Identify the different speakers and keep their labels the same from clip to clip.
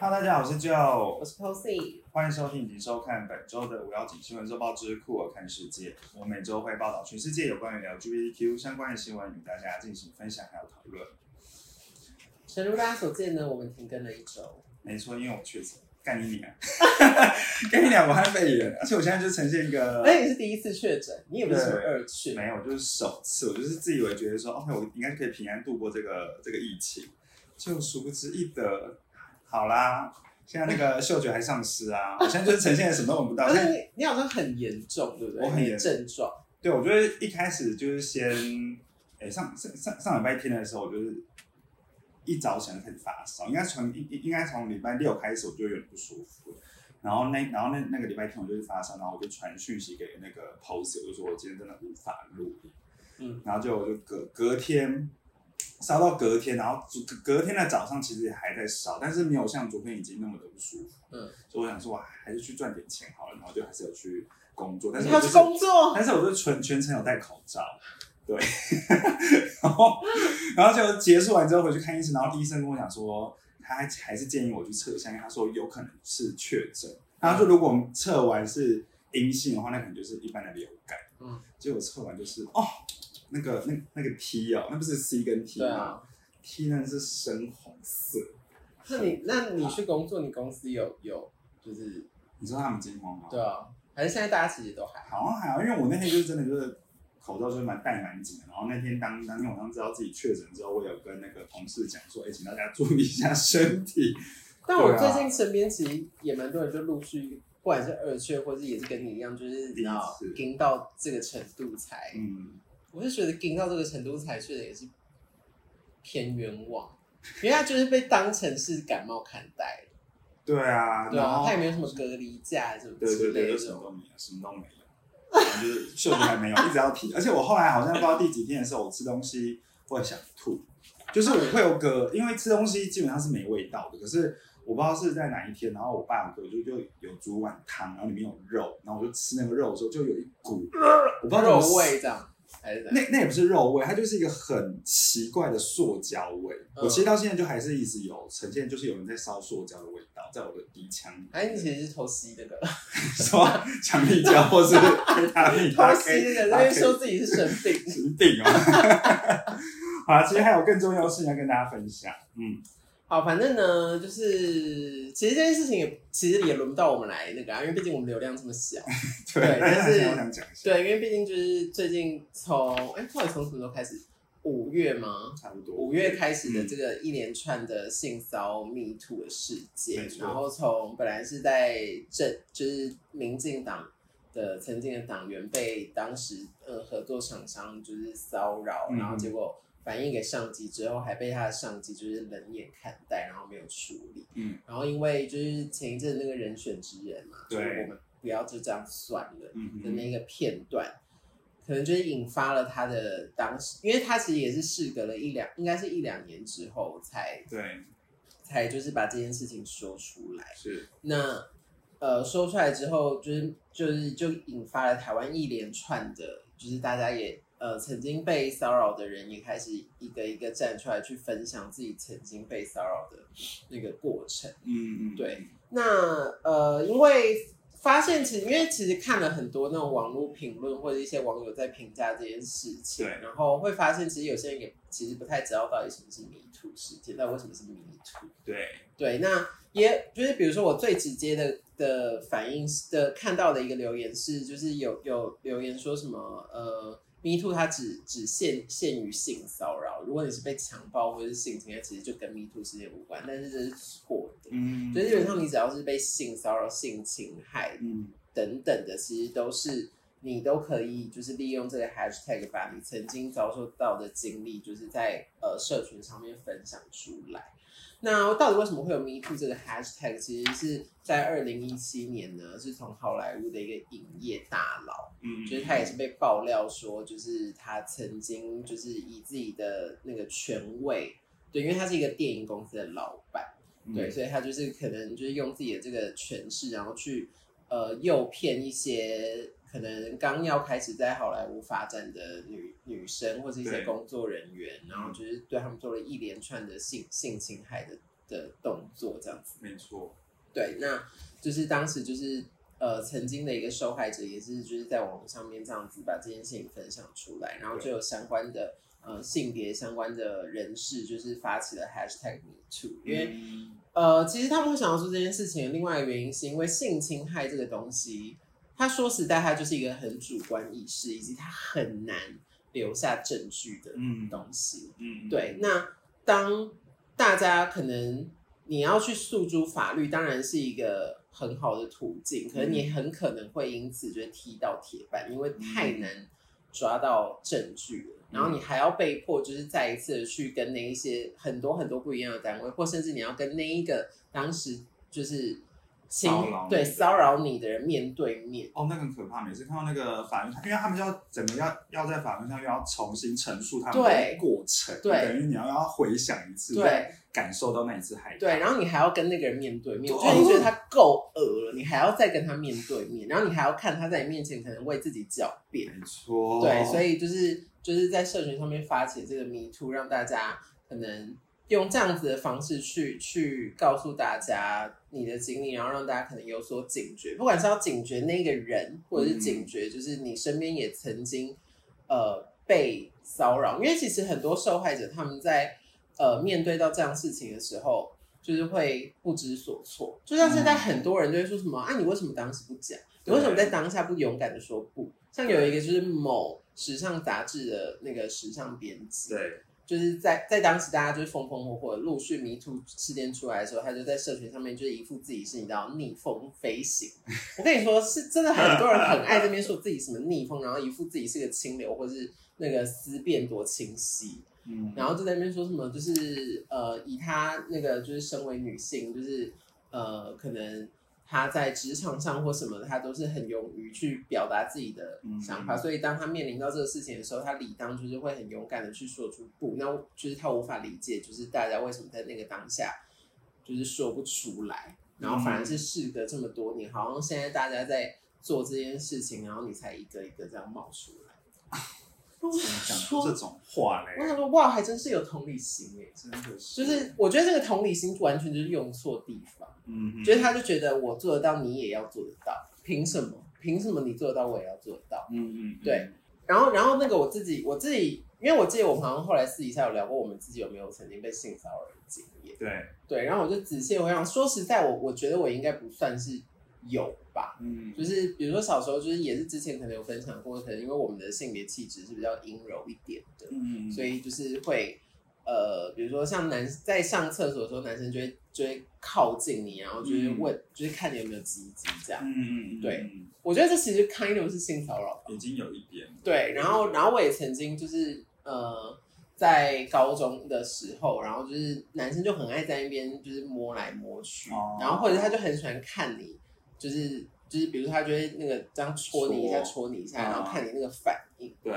Speaker 1: Hello，大家好，我是 Joe，
Speaker 2: 我是 Posy，
Speaker 1: 欢迎收听以及收看本周的五幺九新闻周报之酷我看世界。我每周会报道全世界有关于 LGBTQ 相关的新闻，与大家进行分享还有讨论。
Speaker 2: 诚如大家所见呢，我们停更了一周。
Speaker 1: 没错，因为我确诊，干你娘， 干你娘，武汉肺炎，而且我现在就呈现一个
Speaker 2: 而，且你是第一次确诊，你也不是什么
Speaker 1: 呃对
Speaker 2: 二确，
Speaker 1: 没有，就是首次，我就是自以为觉得说，OK，我应该可以平安度过这个这个疫情，就殊不知一得，好啦，现在那个嗅觉还丧失啊，我现在就是呈现什么都闻不 到，
Speaker 2: 而
Speaker 1: 现在
Speaker 2: 且你你好像很严重，对不对？
Speaker 1: 我很严
Speaker 2: 你的症状，
Speaker 1: 对，我觉得一开始就是先，诶、上上上上礼拜天的时候，我就是一早起来就开始发烧，应该从应应应该从礼拜六开始我就有点不舒服了，然后那然后那那个礼拜天我就是发烧，然后我就传讯息给那个 Posy，我就说我今天真的无法录音，
Speaker 2: 嗯，
Speaker 1: 然后就我就隔隔天烧到隔天，然后隔隔天的早上其实也还在烧，但是没有像昨天已经那么的不舒服，
Speaker 2: 嗯，
Speaker 1: 所以我想说，哇，还是去赚点钱好了，然后就还是有去工作，但是
Speaker 2: 你
Speaker 1: 我
Speaker 2: 要
Speaker 1: 就
Speaker 2: 去
Speaker 1: 是
Speaker 2: 工 作，
Speaker 1: 但是我就全全程有戴口罩，对， 然后然后就结束完之后回去看医生，然后医生跟我讲说，他还还是建议我去测一下，因为他说有可能是确诊，他说如果我们测完是阴性的话，那可能就是一般的流感，
Speaker 2: 嗯，
Speaker 1: 结果测完就是哦，那个那那个 T 哦，那不是 C 跟 T
Speaker 2: 对
Speaker 1: 吗、
Speaker 2: 啊。
Speaker 1: t 呢是深红色，
Speaker 2: 那你那你去工作，你公司有有就是
Speaker 1: 你知道他们惊慌吗？
Speaker 2: 对啊，还是现在大家其实都还好，
Speaker 1: 好像还好，因为我那天就是真的就是口罩就是蛮戴蛮紧的，然后那天当当天晚上知道自己确诊之后，我有跟那个同事讲说，哎、请大家注意一下身体。
Speaker 2: 但我
Speaker 1: 对
Speaker 2: 最
Speaker 1: 啊
Speaker 2: 近身边其实也蛮多人就陆续，不管是二确，或是也是跟你一样，就是你知道
Speaker 1: 第一次
Speaker 2: 盯到这个程度才，
Speaker 1: 嗯，
Speaker 2: 我是觉得盯到这个程度才确诊也是偏冤枉，因为他就是被当成是感冒看待。
Speaker 1: 对啊，
Speaker 2: 对
Speaker 1: 然
Speaker 2: 啊，
Speaker 1: 后
Speaker 2: 他也没有什么隔离假什么
Speaker 1: 对
Speaker 2: 之
Speaker 1: 对对，
Speaker 2: 类
Speaker 1: 就
Speaker 2: 的
Speaker 1: 什
Speaker 2: 这
Speaker 1: 么
Speaker 2: 种。
Speaker 1: 都没有，什么都没有， 然后就是嗅觉还没有，一直要提。而且我后来好像不知道第几天的时候，我吃东西会想吐，就是我会有个，因为吃东西基本上是没味道的，可是我不知道是在哪一天，然后我爸我哥就就有煮碗汤，然后里面有肉，然后我就吃那个肉的时候，就有一股我不知道怎么
Speaker 2: 肉味这样还是怎样？
Speaker 1: 那那也不是肉味，它就是一个很奇怪的塑胶味。
Speaker 2: 嗯
Speaker 1: 我其实到现在就还是一直有呈现，就是有人在烧塑胶的味道，在我的鼻腔里，
Speaker 2: 还是哎你其实是偷吸那个，
Speaker 1: 什么强力胶或是 K 他命，
Speaker 2: 偷吸那个，
Speaker 1: 大家可
Speaker 2: 那边
Speaker 1: 以
Speaker 2: 说自己是神病。
Speaker 1: 神病哦。 好啦，其实还有更重要的事情要跟大家分享。嗯，
Speaker 2: 好，反正呢，就是其实这件事情也其实也轮不到我们来那个啊，因为毕竟我们流量这么小。 对
Speaker 1: 但
Speaker 2: 但是
Speaker 1: 是我想讲一下，
Speaker 2: 对，因为毕竟就是最近从哎，到底从什么时候开始？五月吗？
Speaker 1: 差不多嗯
Speaker 2: 五月开始的这个一连串的性骚 Me Too 的事件
Speaker 1: 没，错
Speaker 2: 然后从本来是在政，就是民进党的曾经的党员被当时呃合作厂商就是骚扰，
Speaker 1: 嗯
Speaker 2: 然后结果反映给上级之后，还被他的上级就是冷眼看待，然后没有处理。
Speaker 1: 嗯，
Speaker 2: 然后因为就是前一阵那个人选之人嘛，
Speaker 1: 对
Speaker 2: 就是我们不要就这样算了。
Speaker 1: 嗯
Speaker 2: 的
Speaker 1: 嗯
Speaker 2: 那个片段，可能就是引发了他的当时，因为他其实也是事隔了一两，应该是一两年之后才
Speaker 1: 对
Speaker 2: 才就是把这件事情说出来。
Speaker 1: 是
Speaker 2: 那呃说出来之后，就是就是就引发了台湾一连串的，就是大家也呃曾经被骚扰的人也开始一个一个站出来去分享自己曾经被骚扰的那个过程。
Speaker 1: 嗯嗯
Speaker 2: 对那呃，因为发现其实，因为其实看了很多那种网络评论或者一些网友在评价这件事情，
Speaker 1: 对
Speaker 2: 然后会发现其实有些人也其实不太知道到底什么是迷途事件，到底为什么是迷途。
Speaker 1: 对
Speaker 2: 对，那也就是比如说我最直接的的反应是的看到的一个留言是，就是有有留言说什么呃，Me Too 它只只限限于性骚扰，如果你是被强暴或者是性侵害，其实就跟 Me Too 事件无关，但是这是错的。
Speaker 1: 嗯，
Speaker 2: 所以基本上你只要是被性骚扰、性侵害
Speaker 1: 嗯
Speaker 2: 等等的，其实都是你都可以就是利用这个 hashtag 把你曾经遭受到的经历，就是在呃社群上面分享出来。那到底为什么会有 Me Too 这个 hashtag？其实是在二零一七年呢，是从好莱坞的一个影业大佬。
Speaker 1: 嗯，
Speaker 2: 就是他也是被爆料说，就是他曾经就是以自己的那个权位，对，因为他是一个电影公司的老板，
Speaker 1: 嗯
Speaker 2: 对，所以他就是可能就是用自己的这个权势，然后去呃诱骗一些可能刚要开始在好莱坞发展的女女生或是一些
Speaker 1: 对嗯
Speaker 2: 工作人员，然后就是对他们做了一连串的性性侵害的的动作这样子。
Speaker 1: 没错，
Speaker 2: 对，那就是当时就是呃，曾经的一个受害者也是就是在网络上面这样子把这件事情分享出来，然后就有相关的呃性别相关的人士就是发起了 hashtag me too，因为、
Speaker 1: 嗯
Speaker 2: 呃，其实他们会想要做这件事情，另外一个原因是因为性侵害这个东西，它说实在，它就是一个很主观意识，以及它很难留下证据的
Speaker 1: 嗯
Speaker 2: 东西。
Speaker 1: 嗯，
Speaker 2: 对，那当大家可能你要去诉诸法律，当然是一个很好的途径，可是你
Speaker 1: 嗯
Speaker 2: 很可能会因此就踢到铁板，因为太
Speaker 1: 嗯
Speaker 2: 难抓到证据了。然后你还要被迫就是再一次的去跟那一些很多很多不一样的单位，或甚至你要跟那一个当时就是侵
Speaker 1: 骚扰你
Speaker 2: 对
Speaker 1: 的
Speaker 2: 骚扰你的人面对面，
Speaker 1: 哦，那个很可怕。每次看到那个法院，因为他们要整个要要在法院上又要重新陈述他们
Speaker 2: 对
Speaker 1: 的过程，
Speaker 2: 对
Speaker 1: 等于你要要回想一次，
Speaker 2: 对，
Speaker 1: 感受到那一次害怕，
Speaker 2: 对，然后你还要跟那个人面对
Speaker 1: 对
Speaker 2: 面，
Speaker 1: 哦
Speaker 2: 我就已经觉得他够恶了，你还要再跟他面对面，然后你还要看他在你面前可能为自己狡辩，
Speaker 1: 没错，
Speaker 2: 对，所
Speaker 1: 以
Speaker 2: 以就是就是在社群上面发起这个迷途，让大家可能用这样子的方式去去告诉大家你的经历，然后让大家可能有所警觉，不管是要警觉那个人，或者是
Speaker 1: 嗯
Speaker 2: 警觉就是你身边也曾经呃被骚扰，因为其实很多受害者他们在呃面对到这样事情的时候。就是会不知所措，就像现在
Speaker 1: 嗯
Speaker 2: 很多人都会说什么、啊，你为什么当时不讲？你
Speaker 1: 对
Speaker 2: 为什么在当下不勇敢的说不？像有一个就是某时尚杂志的那个时尚编辑，
Speaker 1: 对，
Speaker 2: 就是在在当时大家就是风风火火，陆续迷途事件出来的时候，他就在社群上面就是一副自己是你知道逆风飞行。我跟你说，是真的很多人很爱这边说自己什么逆风，然后一副自己是个清流，或是那个思辨多清晰。
Speaker 1: 嗯，
Speaker 2: 然后就在那边说什么，就是呃，以她那个就是身为女性，就是呃，可能她在职场上或什么的，她都是很勇于去表达自己的想法，
Speaker 1: 嗯
Speaker 2: 所以当她面临到这个事情的时候，她理当就是会很勇敢的去说出不，那就是她无法理解，就是大家为什么在那个当下就是说不出来，然后反而是事隔这么多年，好像现在大家在做这件事情，然后你才一个一个这样冒出来。我
Speaker 1: 怎么讲出这种话
Speaker 2: 我
Speaker 1: 嘞？
Speaker 2: 想说，哇，还真是有同理心哎，
Speaker 1: 真的是，
Speaker 2: 就是我觉得这个同理心完全就是用错地方，
Speaker 1: 嗯，
Speaker 2: 就是他就觉得我做得到，你也要做得到，凭什么？凭什么你做得到，我也要做得到？
Speaker 1: 嗯，嗯嗯，
Speaker 2: 对，然后，然后那个我自己，我自己，因为我记得我们好像后来私底下有聊过，我们自己有没有曾经被性骚扰的经验？
Speaker 1: 对，
Speaker 2: 对，然后我就仔细回想，说实在，我我觉得我应该不算是有吧，
Speaker 1: 嗯，
Speaker 2: 就是比如说小时候，就是也是之前可能有分享过，可能因为我们的性别气质是比较阴柔一点的，
Speaker 1: 嗯，
Speaker 2: 所
Speaker 1: 以
Speaker 2: 以就是会呃，比如说像男在上厕所的时候，男生就会就会靠近你，然后就是问，就是看你有没有鸡鸡这样。
Speaker 1: 嗯嗯嗯，
Speaker 2: 对
Speaker 1: 嗯，
Speaker 2: 我觉得这其实 kind of 是性骚扰吧。
Speaker 1: 已经有一点，
Speaker 2: 对，然后然后我也曾经就是呃，在高中的时候，然后就是男生就很爱在那边就是摸来摸去，
Speaker 1: 哦
Speaker 2: 然后或者他就很喜欢看你，就是。就是比如他就会那个这样戳你一下，戳你一
Speaker 1: 嗯
Speaker 2: 下，然后看你那个反应。
Speaker 1: 对，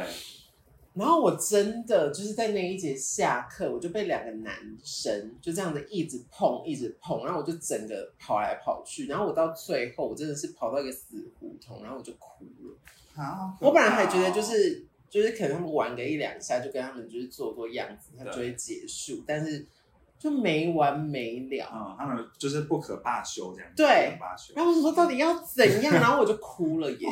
Speaker 2: 然后我真的就是在那一节下课，我就被两个男生就这样子一直碰，一直碰，然后我就整个跑来跑去，然后我到最后我真的是跑到一个死胡同，然后我就哭了。
Speaker 1: 好可怕哦，
Speaker 2: 我本来还觉得就是就是可能他们玩个一两下，就跟他们就是做做样子，他就会结束，但是就没完没了。
Speaker 1: 嗯，他们就是不可罢休这样，
Speaker 2: 对
Speaker 1: 不可罢休，
Speaker 2: 然后我说到底要怎样，然后我就哭了耶。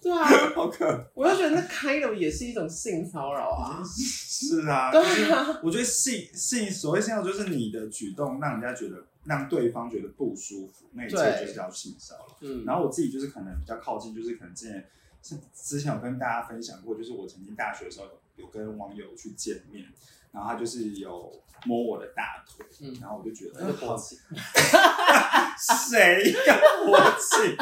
Speaker 2: 对啊，
Speaker 1: 好可
Speaker 2: 我就觉得那 kind of 也是一种性骚扰 啊
Speaker 1: 怕，。是啊，
Speaker 2: 对
Speaker 1: 就是
Speaker 2: 啊，
Speaker 1: 我觉得性性所谓性骚扰就是你的举动让人家觉得让对方觉得不舒服，那一
Speaker 2: 对
Speaker 1: 切就是叫性骚扰。
Speaker 2: 嗯，
Speaker 1: 然后我自己就是可能比较靠近，就是可能之前是之前有跟大家分享过，就是我曾经大学的时候有有跟网友去见面，然后他就是有摸我的大腿，
Speaker 2: 嗯
Speaker 1: 然后我就觉得
Speaker 2: 那就勃
Speaker 1: 好
Speaker 2: 起。
Speaker 1: 谁要我去？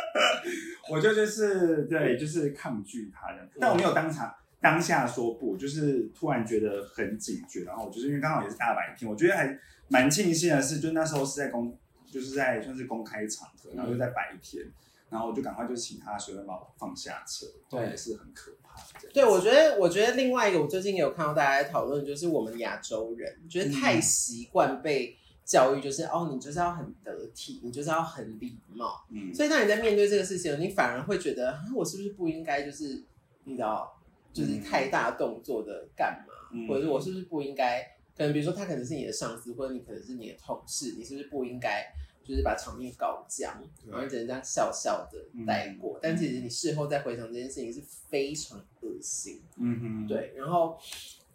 Speaker 1: 我就就是对，就是抗拒他
Speaker 2: 嗯
Speaker 1: 人，但我没有当场当下说不，就是突然觉得很警觉，然后我就是因为刚好也是大白天，我觉得还蛮庆幸的是，就那时候是在公，就是在算是公开场合，然后又在白天，然后我就赶快就请他学生把我放下车，
Speaker 2: 对
Speaker 1: 后来也是很可怕这样。
Speaker 2: 对，我觉得，我觉得另外一个，我最近有看到大家在讨论，就是我们亚洲人觉得太习惯被教育，就是、哦，你就是要很得体，你就是要很礼貌，
Speaker 1: 嗯，
Speaker 2: 所以当你在面对这个事情，你反而会觉得，啊我是不是不应该就是，你知道，就是太大动作的干嘛，
Speaker 1: 嗯
Speaker 2: 或者是我是不是不应该可能比如说他可能是你的上司，或者你可能是你的同事，你是不是不应该就是把场面搞僵，
Speaker 1: 对嗯
Speaker 2: 然后只能这样笑笑的带过？但其实你事后再回想这件事情是非常恶心。
Speaker 1: 嗯哼，，
Speaker 2: 对，然后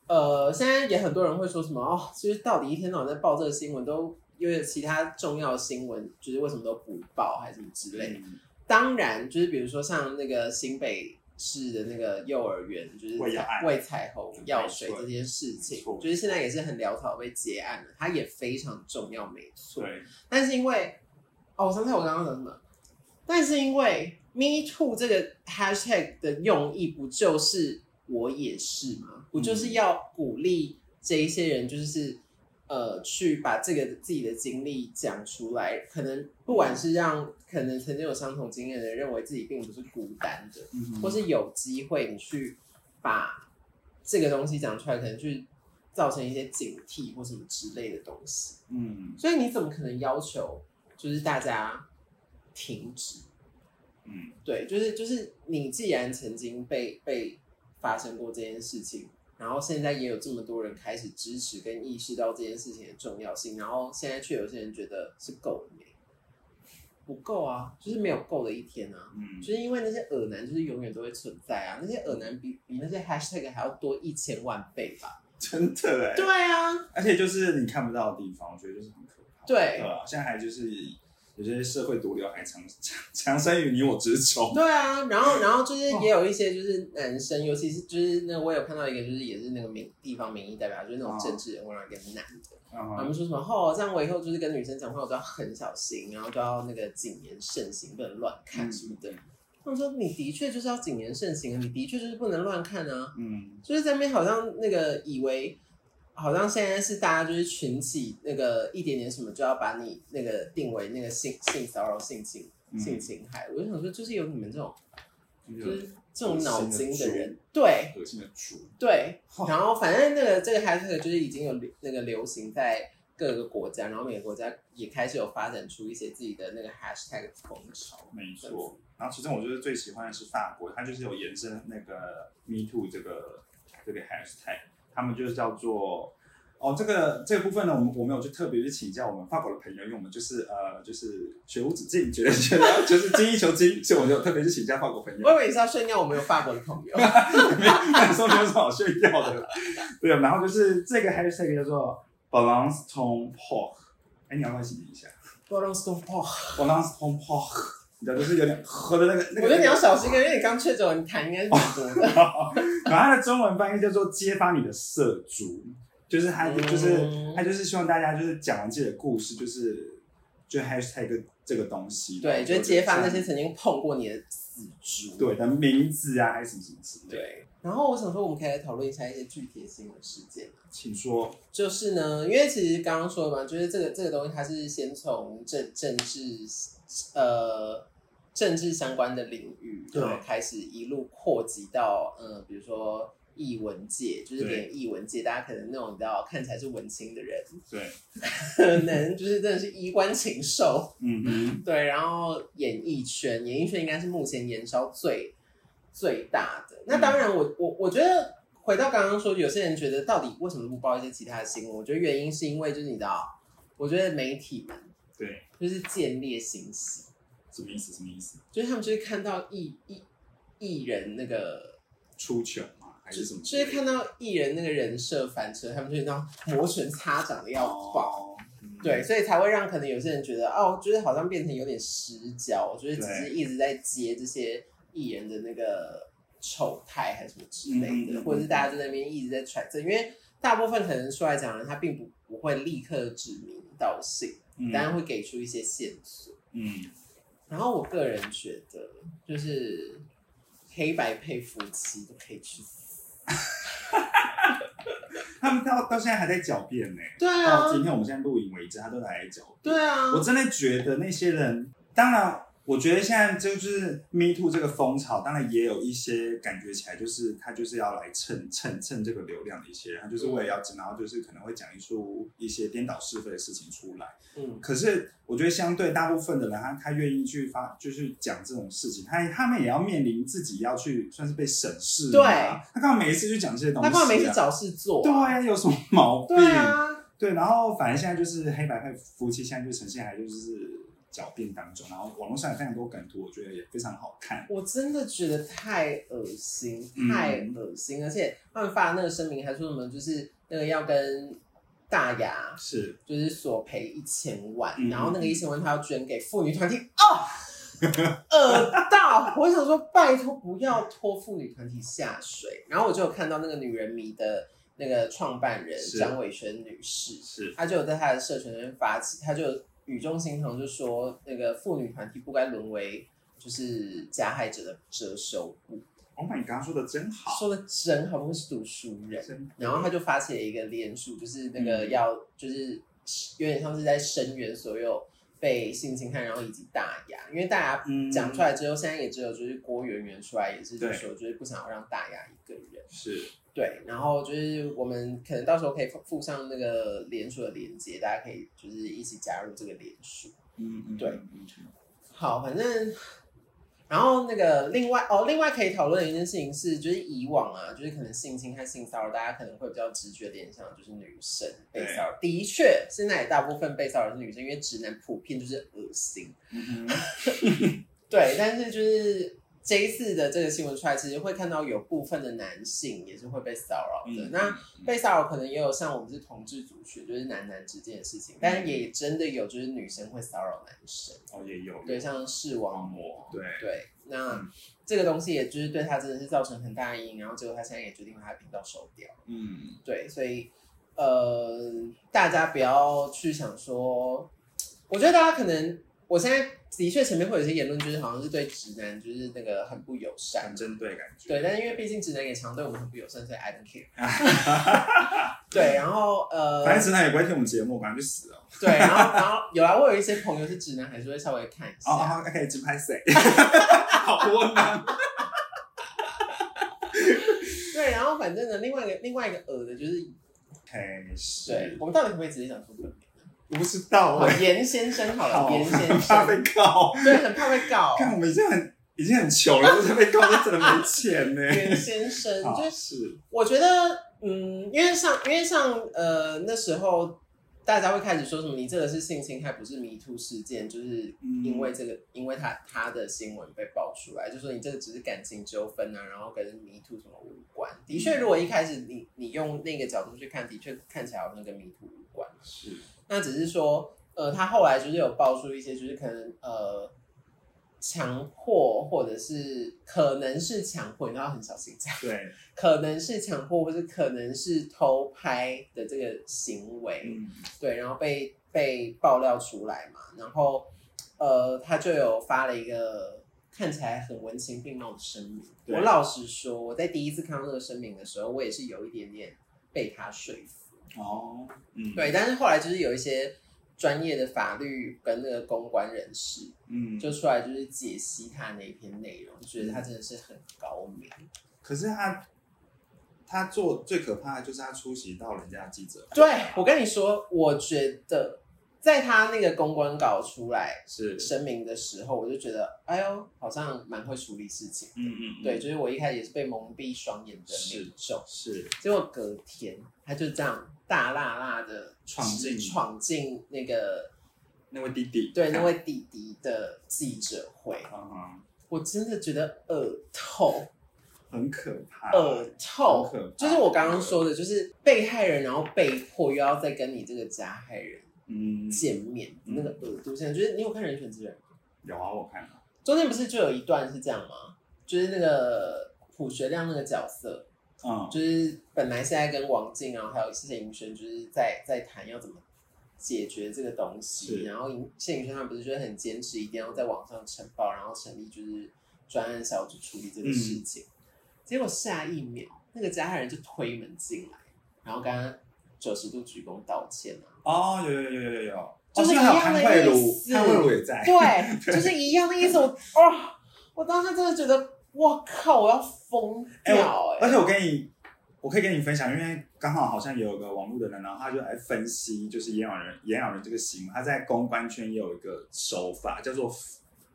Speaker 2: 呃，现在也很多人会说什么哦，就是到底一天到晚在报这个新闻，都因为其他重要的新闻，就是为什么都不报，还是什么
Speaker 1: 嗯
Speaker 2: 之类的。当然，就是比如说像那个新北市的那个幼儿园，就是
Speaker 1: 喂药案
Speaker 2: 为彩虹药水
Speaker 1: 没错
Speaker 2: 这件事情
Speaker 1: 没，错
Speaker 2: 就是现在也是很潦草被结案了，它也非常重要，没错。
Speaker 1: 对，
Speaker 2: 但是因为哦，我想起来我刚刚讲什么，但是因为 Me Too 这个 hashtag 的用意不就是我也是吗？我就是要鼓励这一些人，就是呃，去把这个自己的经历讲出来，可能不管是让可能曾经有相同经验的人认为自己并不是孤单的，
Speaker 1: 嗯哼
Speaker 2: 或是有机会你去把这个东西讲出来，可能去造成一些警惕或什么之类的东西。
Speaker 1: 嗯
Speaker 2: 所以你怎么可能要求就是大家停止？
Speaker 1: 嗯，
Speaker 2: 对，就是就是你既然曾经被被发生过这件事情，然后现在也有这么多人开始支持跟意识到这件事情的重要性，然后现在却有些人觉得是够了没？不够啊，就是没有够的一天啊。
Speaker 1: 嗯
Speaker 2: 就是因为那些耳男就是永远都会存在啊，那些耳男比比那些 hashtag 还要多一千万倍吧？
Speaker 1: 真的哎，
Speaker 2: 对啊，
Speaker 1: 而且就是你看不到的地方，我觉得就是很可怕。
Speaker 2: 对
Speaker 1: 对吧？现在还就是有些社会毒瘤还强强强生于你我之中。
Speaker 2: 对啊，然后然后就是也有一些就是男生，尤其是就是那我有看到一个就是也是那个民地方民意代表，就是那种政治人物，然后一个男的，他
Speaker 1: 嗯
Speaker 2: 们说什么哦，这样我以后就是跟女生讲话我都要很小心，然后都要那个谨言慎行，不能乱看什么的。
Speaker 1: 嗯
Speaker 2: 他们说你的确就是要谨言慎行啊，你的确就是不能乱看啊，
Speaker 1: 嗯，
Speaker 2: 就是在那边好像那个以为。好像现在是大家就是群起那个一点点什么就要把你那个定为那个性性骚扰、性侵、
Speaker 1: 嗯
Speaker 2: 性侵害，我就想说，就是有你们这种
Speaker 1: 就
Speaker 2: 就是是这种脑筋的人，对
Speaker 1: 恶心的猪。
Speaker 2: 对。然后反正那个这个 hashtag 就是已经有流那个流行在各个国家，然后每个国家也开始有发展出一些自己的那个 hashtag 风潮。
Speaker 1: 没错，然后其中我就是最喜欢的是法国，它就是有延伸那个 Me Too 这个这个 hashtag，他们就是叫做哦这个这个部分呢，我们我们有去特别去请教我们法国的朋友，因为我们就是呃就是学无止境，觉得觉得 就是精益求精，所以我就特别去请教法国朋友
Speaker 2: 我。以为你是要炫耀我们有法国的朋友，
Speaker 1: 没 有说没有什么好炫耀的啦。对，然后就是这个 hashtag 叫做 balance tone pork，哎，你要不要解一下
Speaker 2: 不要让 stone p o
Speaker 1: balance tone pork？你知道，就是有点喝的那个那个。
Speaker 2: 我觉得你要小心，因为你刚确诊，你痰应该是蛮多的。
Speaker 1: 然后它的中文翻译叫做“揭发你的色猪”，就是它
Speaker 2: 嗯
Speaker 1: 就是它就是希望大家就是讲完自己的故事，就是就 hashtag 这个东西，
Speaker 2: 对，就是揭发那些曾经碰过你的死猪。
Speaker 1: 对的名字啊，还是什么什么之类的。
Speaker 2: 对。然后我想说，我们可以来讨论一下一些具体的新闻事件。
Speaker 1: 请说，
Speaker 2: 就是呢，因为其实刚刚说的嘛，就是这个这个东西，它是先从政政治呃政治相关的领域，
Speaker 1: 对
Speaker 2: 然后开始一路扩及到呃，比如说艺文界，就是
Speaker 1: 对
Speaker 2: 连艺文界，大家可能那种你知道看起来是文青的人，
Speaker 1: 对，
Speaker 2: 可能就是真的是衣冠禽兽，
Speaker 1: 嗯哼，
Speaker 2: 对。然后演艺圈，演艺圈应该是目前燃烧最最大的。那当然我，我我觉得回到刚刚说，有些人觉得到底为什么不报一些其他的新闻？我觉得原因是因为就是你知道，我觉得媒体们
Speaker 1: 对，
Speaker 2: 就是见猎心喜，
Speaker 1: 什么意思？什么意思？
Speaker 2: 就是他们就是看到艺艺艺人那个。
Speaker 1: 出糗吗？还
Speaker 2: 就是
Speaker 1: 什么之
Speaker 2: 就
Speaker 1: 类
Speaker 2: 是
Speaker 1: 的？
Speaker 2: 看到艺人那个人设翻车，他们就当摩拳擦掌的要爆，
Speaker 1: 哦，嗯
Speaker 2: 对，，所以才会让可能有些人觉得哦，就是好像变成有点失焦，就是只是
Speaker 1: 对
Speaker 2: 一直在接这些艺人的那个丑态还是什么之类
Speaker 1: 嗯嗯
Speaker 2: 的，
Speaker 1: 嗯
Speaker 2: 或者是大家在那边一直在揣测，因为大部分可能出来讲的人他并不不会立刻指名道姓，
Speaker 1: 嗯
Speaker 2: 当然会给出一些线索。
Speaker 1: 嗯，
Speaker 2: 然后我个人觉得，就是黑白配夫妻都可以去死。
Speaker 1: 他们到到现在还在狡辩呢。
Speaker 2: 对
Speaker 1: 到
Speaker 2: 啊，
Speaker 1: 哦今天我们现在录影为止，他都还在狡辩。
Speaker 2: 对啊，
Speaker 1: 我真的觉得那些人，当然我觉得现在就是 Me Too 这个风潮，当然也有一些感觉起来，就是他就是要来蹭蹭蹭这个流量的一些人，他就是为了要争，然后就是可能会讲出一些颠倒是非的事情出来。
Speaker 2: 嗯
Speaker 1: 可是我觉得相对大部分的人，他他愿意去发，就是讲这种事情，他他们也要面临自己要去算是被审视、
Speaker 2: 对
Speaker 1: 啊，他干嘛每一次去讲这些东西、
Speaker 2: 他
Speaker 1: 啊？
Speaker 2: 干嘛没事找事做、
Speaker 1: 对
Speaker 2: 啊？
Speaker 1: 啊，嗯有什么毛病？
Speaker 2: 对啊，
Speaker 1: 对，然后反正现在就是黑白配夫妻，现在就呈现还就是狡辩当中，然后网络上有非常多梗图，我觉得也非常好看。
Speaker 2: 我真的觉得太恶心，
Speaker 1: 嗯
Speaker 2: 太恶心，而且他们发的那个声明还说什么，就是那个要跟大牙
Speaker 1: 是，
Speaker 2: 就是索赔一千万，
Speaker 1: 嗯
Speaker 2: 然后那个一千万他要捐给妇女团体哦。 恶到！我想说，拜托不要拖妇女团体下水。然后我就有看到那个女人迷的那个创办人
Speaker 1: 是
Speaker 2: 张伟轩女士，
Speaker 1: 是，
Speaker 2: 她就有在她的社群里面发起，她就语重心长就说，那个妇女团体不该沦为就是加害者的遮羞布。
Speaker 1: Oh my god，说的真好，
Speaker 2: 说的真好，不愧是读书人。
Speaker 1: 真
Speaker 2: 然后他就发起了一个联署，就是那个
Speaker 1: 嗯
Speaker 2: 要，就是有点像是在声援所有被性侵害，然后以及大牙，因为大牙
Speaker 1: 嗯
Speaker 2: 讲出来之后，现在也只有就是郭圆圆出来，也是就
Speaker 1: 对
Speaker 2: 说就是不想要让大牙一个人。
Speaker 1: 是，
Speaker 2: 对，然后就是我们可能到时候可以附附上那个联署的链接，大家可以就是一起加入这个联署。
Speaker 1: 嗯嗯，
Speaker 2: 对
Speaker 1: 嗯，嗯
Speaker 2: 好，反正，然后那个另外哦，另外可以讨论的一件事情是，就是以往啊，就是可能性侵和性骚扰，大家可能会比较直觉联想就是女生被
Speaker 1: 对
Speaker 2: 骚扰。的确，现在也大部分被骚扰是女生，因为直男普遍就是恶心。
Speaker 1: 嗯嗯
Speaker 2: 对，但是就是这一次的这个新闻出来，其实会看到有部分的男性也是会被骚扰的。
Speaker 1: 嗯，
Speaker 2: 那被骚扰可能也有像我们是同志族群，就是男男之间的事情，但是
Speaker 1: 嗯
Speaker 2: 也真的有就是女生会骚扰男生，
Speaker 1: 哦也有，
Speaker 2: 对，像视网膜。
Speaker 1: 对，
Speaker 2: 对，那
Speaker 1: 嗯
Speaker 2: 这个东西也就是对他真的是造成很大的阴影，然后结果他现在也决定把他的频道收掉。
Speaker 1: 嗯，
Speaker 2: 对，所以呃，大家不要去想说，我觉得大家可能我现在的确前面会有一些言论，就是好像是对直男就是那个很不友善
Speaker 1: 很。针对感觉，
Speaker 2: 对，但是因为毕竟直男也常对我们很不友善，所以 I don't care。对，然后呃，
Speaker 1: 反正直男也不会听我们节目，反正就死了。
Speaker 2: 对，然后然后有啊，我有一些朋友是直男，还是会稍微看一下。
Speaker 1: 哦哦，可以直拍谁？ 好窝囊。
Speaker 2: 对，然后反正呢，另外一个另外一个恶的就是，
Speaker 1: OK，
Speaker 2: 对
Speaker 1: 是，
Speaker 2: 我们到底可不可以直接讲出本名？
Speaker 1: 我不知道
Speaker 2: 好
Speaker 1: 哎，，
Speaker 2: 严先生好了，
Speaker 1: 好
Speaker 2: 严先
Speaker 1: 怕
Speaker 2: 生，
Speaker 1: 被告。
Speaker 2: 对，很怕 被告。
Speaker 1: 看我们已经很已经很穷了，就是被告就真的没钱呢。
Speaker 2: 严先生，
Speaker 1: 好
Speaker 2: 就是
Speaker 1: 是，
Speaker 2: 我觉得，嗯，因为像因为像呃那时候，大家会开始说什么你这个是性侵害，不是迷途事件，就是
Speaker 1: 嗯
Speaker 2: 因为这个，因为他他的新闻被爆出来，就说你这个只是感情纠纷啊，然后跟迷途什么无关。的确，如果一开始你你用那个角度去看，的确看起来好像跟迷途无关。
Speaker 1: 是，
Speaker 2: 那只是说，呃，他后来就是有爆出一些，就是可能呃强迫或者是可能是强迫，你要很小心讲，
Speaker 1: 对，
Speaker 2: 可能是强迫或者可能是偷拍的这个行为，
Speaker 1: 嗯，
Speaker 2: 对，然后被被爆料出来嘛，然后呃，他就有发了一个看起来很文情并茂的声明。
Speaker 1: 对
Speaker 2: 我老实说，我在第一次看到那个声明的时候，我也是有一点点被他说服。
Speaker 1: 哦，嗯，
Speaker 2: 对，，但是后来就是有一些专业的法律跟那个公关人士
Speaker 1: 嗯，
Speaker 2: 就出来就是解析他那一篇内容，觉得他真的是很高明。
Speaker 1: 可是他他做最可怕的就是他出席到人家的记者，
Speaker 2: 对我跟你说，我觉得在他那个公关稿出来
Speaker 1: 是，
Speaker 2: 声明的时候，我就觉得，哎呦，好像蛮会处理事情。
Speaker 1: 嗯嗯，嗯
Speaker 2: 对，，就是我一开始也是被蒙蔽双眼的
Speaker 1: 是
Speaker 2: 民众，
Speaker 1: 是，
Speaker 2: 结果隔天他就这样大辣辣的
Speaker 1: 闯进
Speaker 2: 闯进那个
Speaker 1: 那位弟弟，
Speaker 2: 对那位弟弟的记者会，
Speaker 1: 嗯哼，
Speaker 2: 我真的觉得恶透，
Speaker 1: 很可怕，
Speaker 2: 恶透
Speaker 1: 啊很可怕，
Speaker 2: 就是我刚刚说的，就是被害人，然后被迫又要再跟你这个加害人
Speaker 1: 嗯，
Speaker 2: 见面，
Speaker 1: 嗯
Speaker 2: 那个恶度现在就是你有看《人选之人》吗？
Speaker 1: 有啊，我看了，
Speaker 2: 中间不是就有一段是这样吗？就是那个朴学亮那个角色，
Speaker 1: 嗯，
Speaker 2: 就是本来现在跟王静，然后还有谢盈萱，就是在在谈要怎么解决这个东西。
Speaker 1: 是
Speaker 2: 然后盈谢盈萱他们不是就很坚持一定要在网上呈报，然后成立就是专案小组处理这个事情。结果下一秒，那个加害人就推门进来，然后跟他九十度鞠躬道歉啊。
Speaker 1: 哦，有有有有有，
Speaker 2: 就是
Speaker 1: 哦
Speaker 2: 一
Speaker 1: 还有
Speaker 2: 样
Speaker 1: 潘
Speaker 2: 的
Speaker 1: 慧
Speaker 2: 意
Speaker 1: 茹，
Speaker 2: 思。
Speaker 1: 潘慧茹也 在，
Speaker 2: 对，就是一样的意思。我哦，我当时真的觉得，我靠，我要疯
Speaker 1: 哎
Speaker 2: 掉哎、
Speaker 1: 而且我跟你，我可以跟你分享，因为刚好好像也有个网络的人，然后他就来分析，就是演养人演养人这个行为，他在公关圈也有一个手法叫做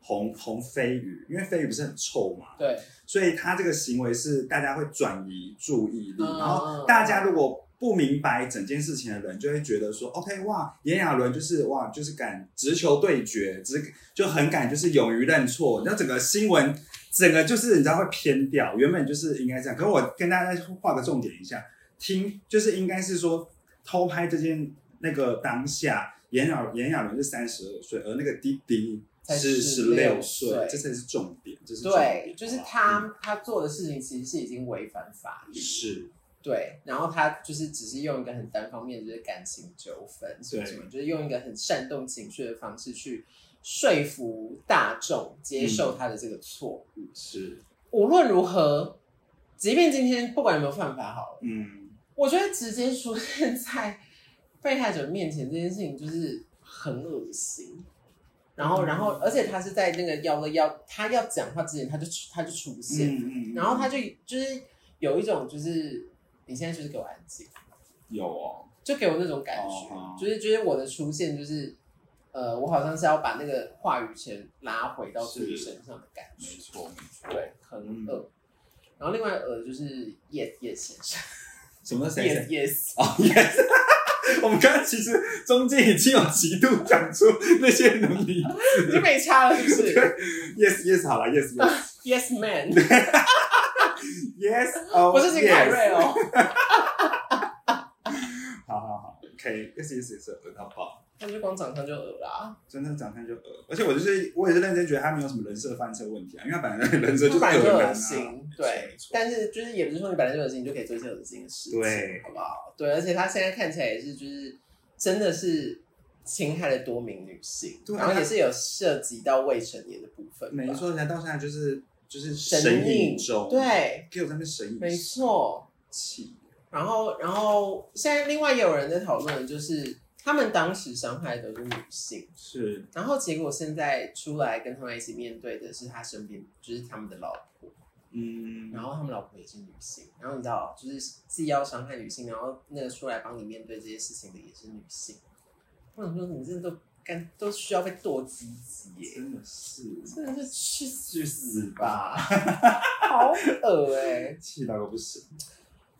Speaker 1: 红红飞鱼，因为飞鱼不是很臭嘛，
Speaker 2: 对，
Speaker 1: 所以他这个行为是大家会转移注意力，
Speaker 2: 嗯
Speaker 1: 然后大家如果不明白整件事情的人，就会觉得说，OK，哇，炎亚纶就是哇，就是敢直球对决，直就很敢，就是勇于认错，那整个新闻整个就是你知道会偏掉，原本就是应该这样。可是我跟大家画个重点一下，听就是应该是说偷拍这件那个当下，炎亚炎亚纶是三十二岁，而那个滴滴
Speaker 2: 才
Speaker 1: 是十
Speaker 2: 16
Speaker 1: 六
Speaker 2: 岁
Speaker 1: 岁，这才是重点，这是重
Speaker 2: 对
Speaker 1: 点，
Speaker 2: 就是
Speaker 1: 好不好嗯
Speaker 2: 他他做的事情其实是已经违反法律，
Speaker 1: 是
Speaker 2: 对，然后他就是只是用一个很单方面的就是感情纠纷什么什么，就是用一个很煽动情绪的方式去说服大众接
Speaker 1: 嗯
Speaker 2: 受他的这个错误。
Speaker 1: 是，
Speaker 2: 无论如何，即便今天不管有没有犯法好了，
Speaker 1: 嗯。
Speaker 2: 我觉得直接出现在被害者面前这件事情就是很恶心。然
Speaker 1: 嗯
Speaker 2: 后，然后，而且他是在那个要了要他要讲话之前，他就出他就出现了，
Speaker 1: 嗯嗯嗯
Speaker 2: 然后他就就是有一种就是你现在就是给我安静，
Speaker 1: 有哦，
Speaker 2: 就给我那种感觉，
Speaker 1: 哦哦
Speaker 2: 就是觉得我的出现就是呃，我好像是要把那个话语权拉回到自己
Speaker 1: 是
Speaker 2: 身上的感觉，
Speaker 1: 错没错
Speaker 2: 对，很
Speaker 1: 嗯
Speaker 2: 恶。然后另外恶就是叶叶先生，
Speaker 1: 什么谁
Speaker 2: 叶
Speaker 1: 谁
Speaker 2: 叶先
Speaker 1: 哦，yes，我 们刚刚其实中间已经有极度讲出那些能力
Speaker 2: 生 就没差了，是不是
Speaker 1: ，yes yes 好了，yes yes
Speaker 2: ？Yes man，
Speaker 1: yes 哦，
Speaker 2: 不是金凯瑞
Speaker 1: yes，
Speaker 2: 哦，
Speaker 1: 好好好，OK yes yes yes 恶到爆，
Speaker 2: 他就光长相就恶啦，
Speaker 1: 真的长相就恶，呃而且我就是我也是认真觉得他没有什么人设翻车问题啊，因为他本来人设
Speaker 2: 就
Speaker 1: 就是
Speaker 2: 本来就
Speaker 1: 恶男
Speaker 2: 恶
Speaker 1: 啊，
Speaker 2: 心，
Speaker 1: 没
Speaker 2: 对
Speaker 1: 错。
Speaker 2: 但是就是也不是说你本来就恶心，你就可以做一些恶心的事情，
Speaker 1: 对
Speaker 2: 好不好？对，而且他现在看起来也是就是真的是侵害了多名女性，
Speaker 1: 对啊
Speaker 2: 然后也是有涉及到未成年的部分吧，
Speaker 1: 没错，人家到现在就是就是
Speaker 2: 神
Speaker 1: 神
Speaker 2: 隐
Speaker 1: 隐中，，
Speaker 2: 对，
Speaker 1: 给我在那边神
Speaker 2: 没
Speaker 1: 隐
Speaker 2: 错。
Speaker 1: 气，
Speaker 2: 然后，然后现在另外也有人在讨论，就是他们当时伤害的都是女性，
Speaker 1: 是
Speaker 2: 然后结果现在出来跟他们一起面对的是他身边就是他们的老婆，
Speaker 1: 嗯，
Speaker 2: 然后他们老婆也是女性，然后你知道，就是既要伤害女性，然后那个出来帮你面对这些事情的也是女性，我想说你这都干都需要被剁鸡鸡耶，
Speaker 1: 真的是
Speaker 2: 真的是去死
Speaker 1: 去死吧！
Speaker 2: 吧， 好恶哎、
Speaker 1: 气到个不行。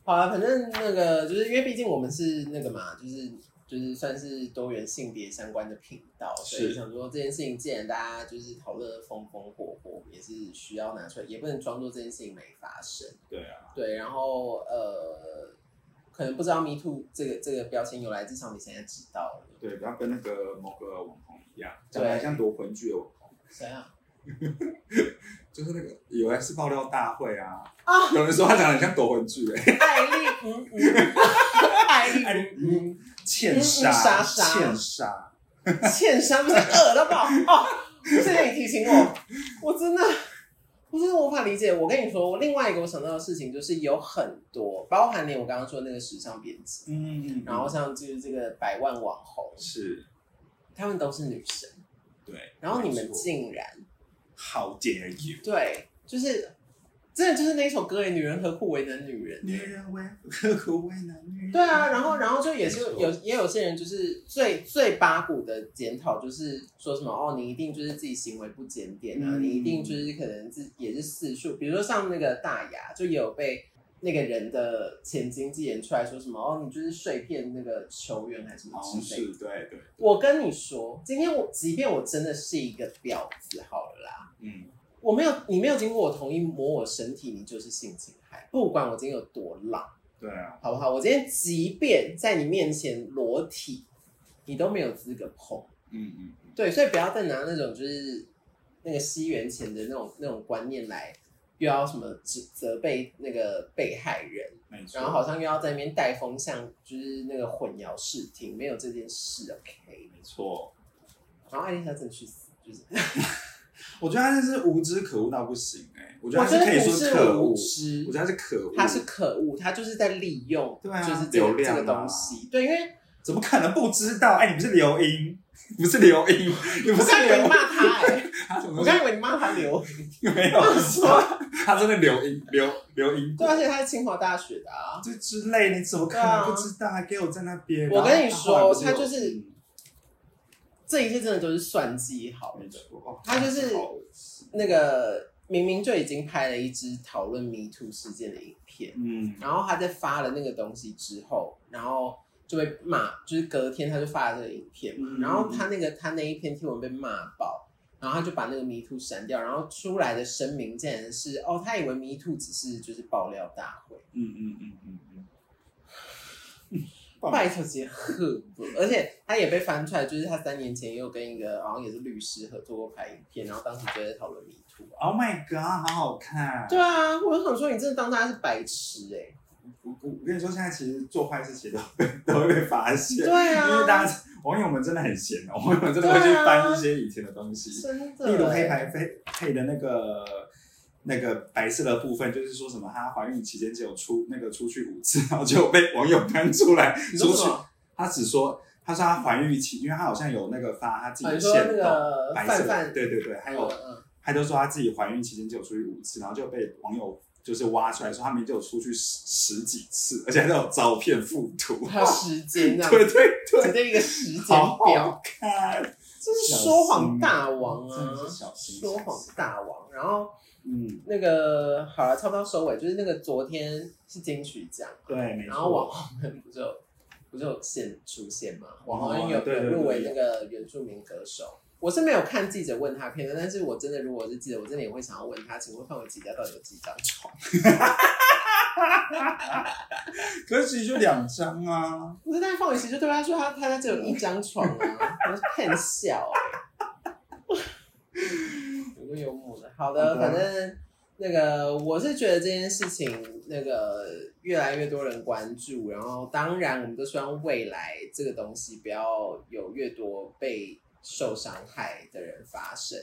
Speaker 2: 好啊，反正那个就是因为毕竟我们是那个嘛，就是就是算是多元性别相关的频道，所以
Speaker 1: 是
Speaker 2: 想说这件事情，既然大家就是讨论得风风火火，我们也是需要拿出来，也不能装作这件事情没发生。
Speaker 1: 对啊，
Speaker 2: 对，然后呃，可能不知道 “me too” 这个这个标签由来，至少你现在知道了。
Speaker 1: 对，不要跟那个某个网红一样，
Speaker 2: 对
Speaker 1: 长得还像夺魂剧的网红，
Speaker 2: 谁啊？
Speaker 1: 就是那个有人是爆料大会啊，
Speaker 2: 啊
Speaker 1: 有人说他长得很像夺魂剧、欸，
Speaker 2: 艾丽，嗯嗯， 艾丽，嗯
Speaker 1: 欠杀，
Speaker 2: 嗯莎莎
Speaker 1: 欠杀，
Speaker 2: 嗯， 欠伤的恶到爆哦！谢谢你提醒我，我真的。我真的无法理解。我跟你说，我另外一个我想到的事情就是有很多，包含连我刚刚说的那个时尚编辑，
Speaker 1: 嗯嗯
Speaker 2: 然后像就是这个百万网红，
Speaker 1: 是，
Speaker 2: 她们都是女生，
Speaker 1: 对，
Speaker 2: 然后你们
Speaker 1: 没错
Speaker 2: 竟然
Speaker 1: How dare you？
Speaker 2: 对，就是真的就是那首歌诶，女人何苦为难女人？
Speaker 1: 女人为何苦为难女人？
Speaker 2: 对啊，然后然后就也是
Speaker 1: 没错
Speaker 2: 有也有些人就是最最八股的检讨，就是说什么哦，你一定就是自己行为不检点啊，
Speaker 1: 嗯
Speaker 2: 你一定就是可能自也是四处，比如说像那个大牙就也有被那个人的前经纪人出来说什么哦，你就是睡骗那个球员还是什么
Speaker 1: 好像
Speaker 2: 之类的。
Speaker 1: 哦是，对对，
Speaker 2: 我跟你说，今天我即便我真的是一个婊子好了啦，
Speaker 1: 嗯，
Speaker 2: 我没有你没有经过我同意摸我身体，你就是性侵害，不管我今天有多浪。
Speaker 1: 对啊，
Speaker 2: 好不好？我今天即便在你面前裸体，你都没有资格碰。
Speaker 1: 嗯嗯嗯，
Speaker 2: 对，所以不要再拿那种就是那个西元前的那种那种观念来，又要什么指责备那个被害人，
Speaker 1: 没错，
Speaker 2: 然后好像又要在那边带风向，就是那个混淆视听，没有这件事，OK？
Speaker 1: 没错，
Speaker 2: 然后艾丽莎真的去死，就是
Speaker 1: 我觉得他就是无知可恶到不行哎、我觉得
Speaker 2: 我
Speaker 1: 他
Speaker 2: 真
Speaker 1: 是可以
Speaker 2: 的不
Speaker 1: 说可恶
Speaker 2: 无，知
Speaker 1: 我觉得他是可恶，
Speaker 2: 他是可恶，他就是在利用，
Speaker 1: 对啊
Speaker 2: 就是这个
Speaker 1: 流量
Speaker 2: 这
Speaker 1: 啊
Speaker 2: 个东西。对，因为
Speaker 1: 怎么可能不知道？哎，你不是刘英， 你不是刘英，你不
Speaker 2: 我
Speaker 1: 是
Speaker 2: 刚以为
Speaker 1: 刘
Speaker 2: 你骂他哎、
Speaker 1: 他怎么
Speaker 2: 我刚以为你骂他刘，
Speaker 1: 没有
Speaker 2: 我
Speaker 1: 说
Speaker 2: 说
Speaker 1: 他真的刘英刘刘英
Speaker 2: 对，而啊且他是清华大学的啊。
Speaker 1: 这之类，你怎么可
Speaker 2: 对
Speaker 1: 能
Speaker 2: 啊
Speaker 1: 不知道？还给我在那边。
Speaker 2: 我跟你
Speaker 1: 然后
Speaker 2: 说，
Speaker 1: 后来
Speaker 2: 他
Speaker 1: 不
Speaker 2: 就
Speaker 1: 有
Speaker 2: 是这一切真的都是算计好
Speaker 1: 没
Speaker 2: 的。
Speaker 1: 错，
Speaker 2: 他就是那个明明就已经拍了一支讨论迷途事件的影片，
Speaker 1: 嗯，
Speaker 2: 然后他在发了那个东西之后，然后就被骂，就是隔天他就发了这个影片嘛，
Speaker 1: 嗯
Speaker 2: 然后他那个他那一篇贴文被骂爆。然后他就把那个迷途删掉，然后出来的声明竟然是哦，他以为迷途只是就是爆料大会，
Speaker 1: 嗯嗯嗯嗯嗯，
Speaker 2: 拜托杰赫伯，而且他也被翻出来，就是他三年前也有跟一个好像也是律师合作过拍影片，然后当时就在讨论迷途啊。
Speaker 1: Oh my god，好好看。
Speaker 2: 对啊，我就想说你真的当他是白痴哎、
Speaker 1: 我我我跟你说，现在其实做坏事情都 会都会被发现，
Speaker 2: 对啊
Speaker 1: 因为大家网友们真的很闲哦，网友们真的会去
Speaker 2: 对啊
Speaker 1: 翻一些以前的东西，
Speaker 2: 真的、
Speaker 1: 例如黑白配配的那个那个白色的部分，就是说什么她怀孕期间只有出那个出去五次，然后就被网友搬出来
Speaker 2: 你
Speaker 1: 出
Speaker 2: 说
Speaker 1: 去
Speaker 2: 什，么？
Speaker 1: 她只说她说她怀孕期，因为她好像有那个发她自己
Speaker 2: 啊
Speaker 1: 的
Speaker 2: 你说
Speaker 1: 线
Speaker 2: 那
Speaker 1: 动，
Speaker 2: 个
Speaker 1: 白色
Speaker 2: 范
Speaker 1: 的，
Speaker 2: 范，
Speaker 1: 对对对，还有
Speaker 2: 嗯嗯
Speaker 1: 她就说她自己怀孕期间只有出去五次，然后就被网友。就是挖出来说，他们就有出去十十几次，而且还都有照片附图，
Speaker 2: 还有时间这样，
Speaker 1: 对对对，
Speaker 2: 直接一个时间
Speaker 1: 好
Speaker 2: 表，
Speaker 1: 好看，
Speaker 2: 这是说谎大王
Speaker 1: 真
Speaker 2: 啊
Speaker 1: 的！是小心
Speaker 2: 说
Speaker 1: 小
Speaker 2: 谎
Speaker 1: 心
Speaker 2: 大王，然后
Speaker 1: 嗯，
Speaker 2: 那个好了，差不多收尾，就是那个昨天是金曲奖，
Speaker 1: 对，没
Speaker 2: 然后网
Speaker 1: 错，
Speaker 2: 红们不就不就有现出现嘛？
Speaker 1: 网
Speaker 2: 网
Speaker 1: 红
Speaker 2: 红有
Speaker 1: 对对
Speaker 2: 有
Speaker 1: 对
Speaker 2: 入围那个原住民歌手，我是没有看记者问他片的，但是我真的如果是记者，我真的也会想要问他，请问范玮琪家到底有几张床？
Speaker 1: 可是其实就两张啊，
Speaker 2: 不是，但是范玮琪就对他说他他家只有一张床啊，我是骗笑、啊有个幽默的，好
Speaker 1: 好
Speaker 2: 的，
Speaker 1: 的
Speaker 2: 反正那个我是觉得这件事情，那个越来越多人关注，然后当然我们都希望未来这个东西不要有越多被受伤害的人发生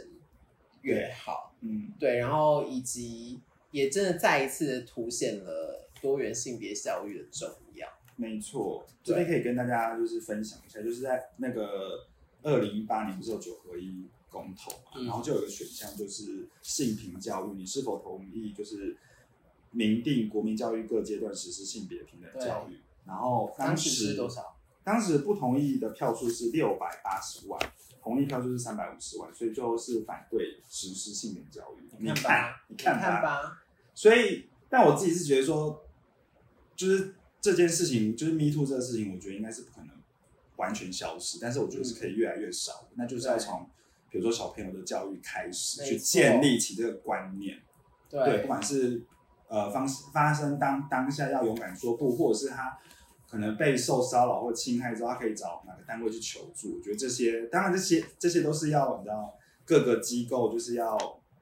Speaker 2: 越好，
Speaker 1: 嗯，
Speaker 2: 对，然后以及也真的再一次凸显了多元性别教育的重要。
Speaker 1: 没错，这
Speaker 2: 对
Speaker 1: 边可以跟大家就是分享一下，就是在那个二零一八年不是有九合一公投嘛，
Speaker 2: 嗯
Speaker 1: 然后就有一个选项就是性平教育，你是否同意就是明定国民教育各阶段实施性别平等教育？然后当
Speaker 2: 当时是
Speaker 1: 时
Speaker 2: 多少？
Speaker 1: 当时不同意的票数是六百八十万，同意票就是三百五十万，所以最后是反对实施性别教育。
Speaker 2: 你看
Speaker 1: 看
Speaker 2: 吧，，
Speaker 1: 你
Speaker 2: 你
Speaker 1: 看吧，
Speaker 2: 看吧，
Speaker 1: 所以，但我自己是觉得说，就是这件事情，就是 Me Too 这个事情，我觉得应该是不可能完全消失，但是我觉得是可以越来越少的。那就是要从比如说小朋友的教育开始，
Speaker 2: 没
Speaker 1: 去
Speaker 2: 错
Speaker 1: 建立起这个观念。对，不
Speaker 2: 对，
Speaker 1: 管是呃方发生当当下要勇敢说不，或者是他可能被受骚扰或侵害之后，他可以找哪个单位去求助。我觉得这些，当然这些这些都是要你知道各个机构就是要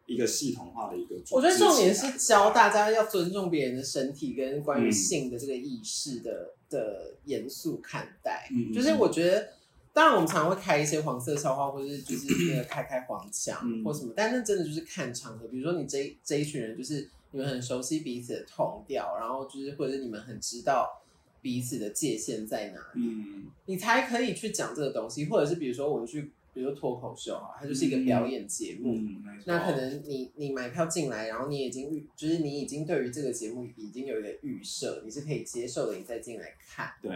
Speaker 1: 一个系统化的一个组织起来。
Speaker 2: 我觉得重点是教大家要尊重别人的身体跟关于性的这个意识的、的严肃看待。
Speaker 1: 嗯，嗯
Speaker 2: 就是我觉得，当然我们常常会开一些黄色笑话，或者是就是那个开开黄腔
Speaker 1: 嗯
Speaker 2: 或什么，但那真的就是看场合。比如说你这一这一群人，就是你们很熟悉彼此的痛调，然后就是或者是你们很知道彼此的界限在哪里，
Speaker 1: 嗯。
Speaker 2: 你才可以去讲这个东西，或者是比如说我们去，比如说脱口秀啊，它就是一个表演节目。
Speaker 1: 嗯，没错
Speaker 2: 那可能你你买票进来，然后你已经预，就是你已经对于这个节目已经有一个预设，你是可以接受的，你再进来看，
Speaker 1: 对，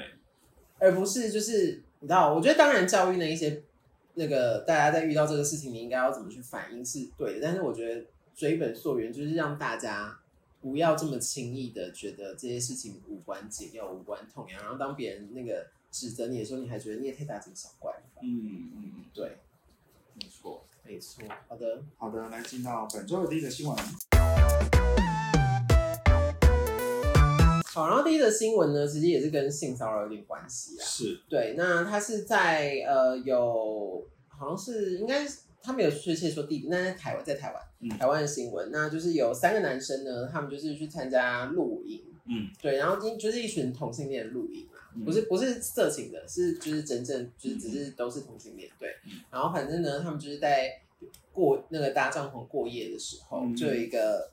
Speaker 2: 而不是就是你知道，我觉得当然教育那一些那个大家在遇到这个事情，你应该要怎么去反应是对的，但是我觉得追本溯源就是让大家不要这么轻易的觉得这些事情无关紧要、无关痛痒，然后当别人那个指责你的时候，你还觉得你也太大惊小怪了吧？
Speaker 1: 嗯嗯，
Speaker 2: 对，
Speaker 1: 没错。
Speaker 2: 没错，好的。
Speaker 1: 好的，来进到本周的第一个新闻。
Speaker 2: 好，然后第一则新闻呢，其实也是跟性骚扰有点关系啦。
Speaker 1: 是，
Speaker 2: 对，那他是在呃有好像是应该是他们有确切说地点，那在台湾在台湾、
Speaker 1: 嗯
Speaker 2: 台湾的新闻，那就是有三个男生呢，他们就是去参加露营，
Speaker 1: 嗯，
Speaker 2: 对，然后今就是一群同性恋露营嘛，
Speaker 1: 嗯
Speaker 2: 啊不是不是色情的，是就是真正就是只是都是同性恋，对
Speaker 1: 嗯，
Speaker 2: 然后反正呢，他们就是在过那个搭帐篷过夜的时候，
Speaker 1: 嗯
Speaker 2: 就有一个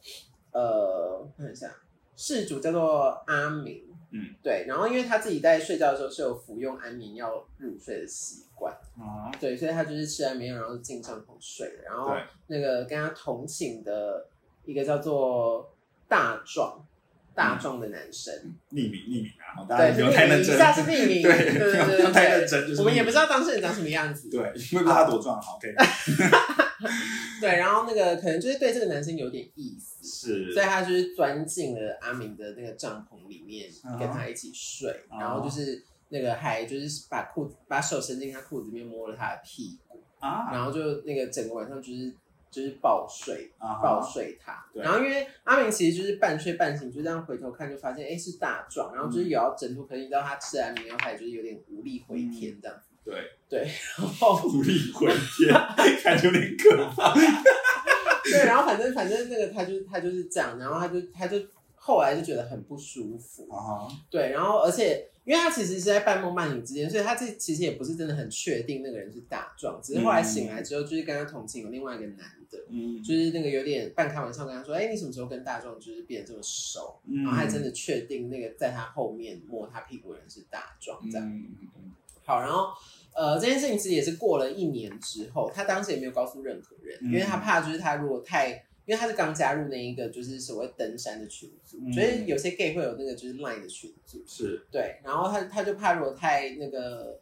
Speaker 2: 呃，我看一下，事主叫做阿明，
Speaker 1: 嗯，
Speaker 2: 对。然后因为他自己在睡觉的时候是有服用安眠药入睡的习惯，
Speaker 1: 啊，
Speaker 2: 对，所以他就是吃安眠药然后进帐篷睡的。然后
Speaker 1: 对
Speaker 2: 那个跟他同寝的一个叫做大壮。大壮的男生，
Speaker 1: 匿名匿名啊，哦大
Speaker 2: 对，
Speaker 1: 家
Speaker 2: 是
Speaker 1: 不用太
Speaker 2: 匿名，
Speaker 1: 认
Speaker 2: 以
Speaker 1: 真，
Speaker 2: 下是匿名，
Speaker 1: 对
Speaker 2: 对对
Speaker 1: 不
Speaker 2: 对
Speaker 1: 用
Speaker 2: 对
Speaker 1: 不用太
Speaker 2: 对
Speaker 1: 认真，就是
Speaker 2: 我们也不知
Speaker 1: 道，
Speaker 2: 道当事人长什么样子，
Speaker 1: 对，因为不知道他多壮，好，OK，
Speaker 2: 对，然后那个可能就是对这个男生有点意思，
Speaker 1: 是
Speaker 2: 所以他就是钻进了阿明的那个帐篷里面，
Speaker 1: 啊
Speaker 2: 跟他一起睡，
Speaker 1: 啊
Speaker 2: 然后就是那个还就是把裤子把手伸进他裤子里面摸了他的屁股，
Speaker 1: 啊
Speaker 2: 然后就那个整个晚上就是就是暴睡
Speaker 1: 啊
Speaker 2: 暴睡他，
Speaker 1: 对
Speaker 2: 然后因为阿明其实就是半睡半醒，就这样回头看就发现哎是大壮，然后
Speaker 1: 嗯
Speaker 2: 就是有要挣脱，可是你知道他吃安眠药，他也就是有点无力回
Speaker 1: 嗯
Speaker 2: 天这样子，
Speaker 1: 对，
Speaker 2: 对，然后
Speaker 1: 无力回天，感觉有点可怕，
Speaker 2: 对，然后反正反正那个他就是他就是这样，然后他就他就后来就觉得很不舒服，
Speaker 1: 啊，
Speaker 2: 对，然后而且因为他其实是在半梦半醒之间，所以他这其实也不是真的很确定那个人是大壮，只是后来醒来之后，就是跟他同寝有另外一个男的，
Speaker 1: 嗯，
Speaker 2: 就是那个有点半开玩笑跟他说，哎、你什么时候跟大壮就是变得这么熟？
Speaker 1: 嗯
Speaker 2: 然后他还真的确定那个在他后面摸他屁股的人是大壮，这样。
Speaker 1: 嗯嗯嗯
Speaker 2: 好，然后呃，这件事情其实也是过了一年之后，他当时也没有告诉任何人，
Speaker 1: 嗯
Speaker 2: 因为他怕就是他如果太。因为他是刚加入那一个就是所谓登山的群组，
Speaker 1: 嗯
Speaker 2: 所以有些 gay 会有那个就是 line 的群组，
Speaker 1: 是
Speaker 2: 对，然后他他就怕如果太那个，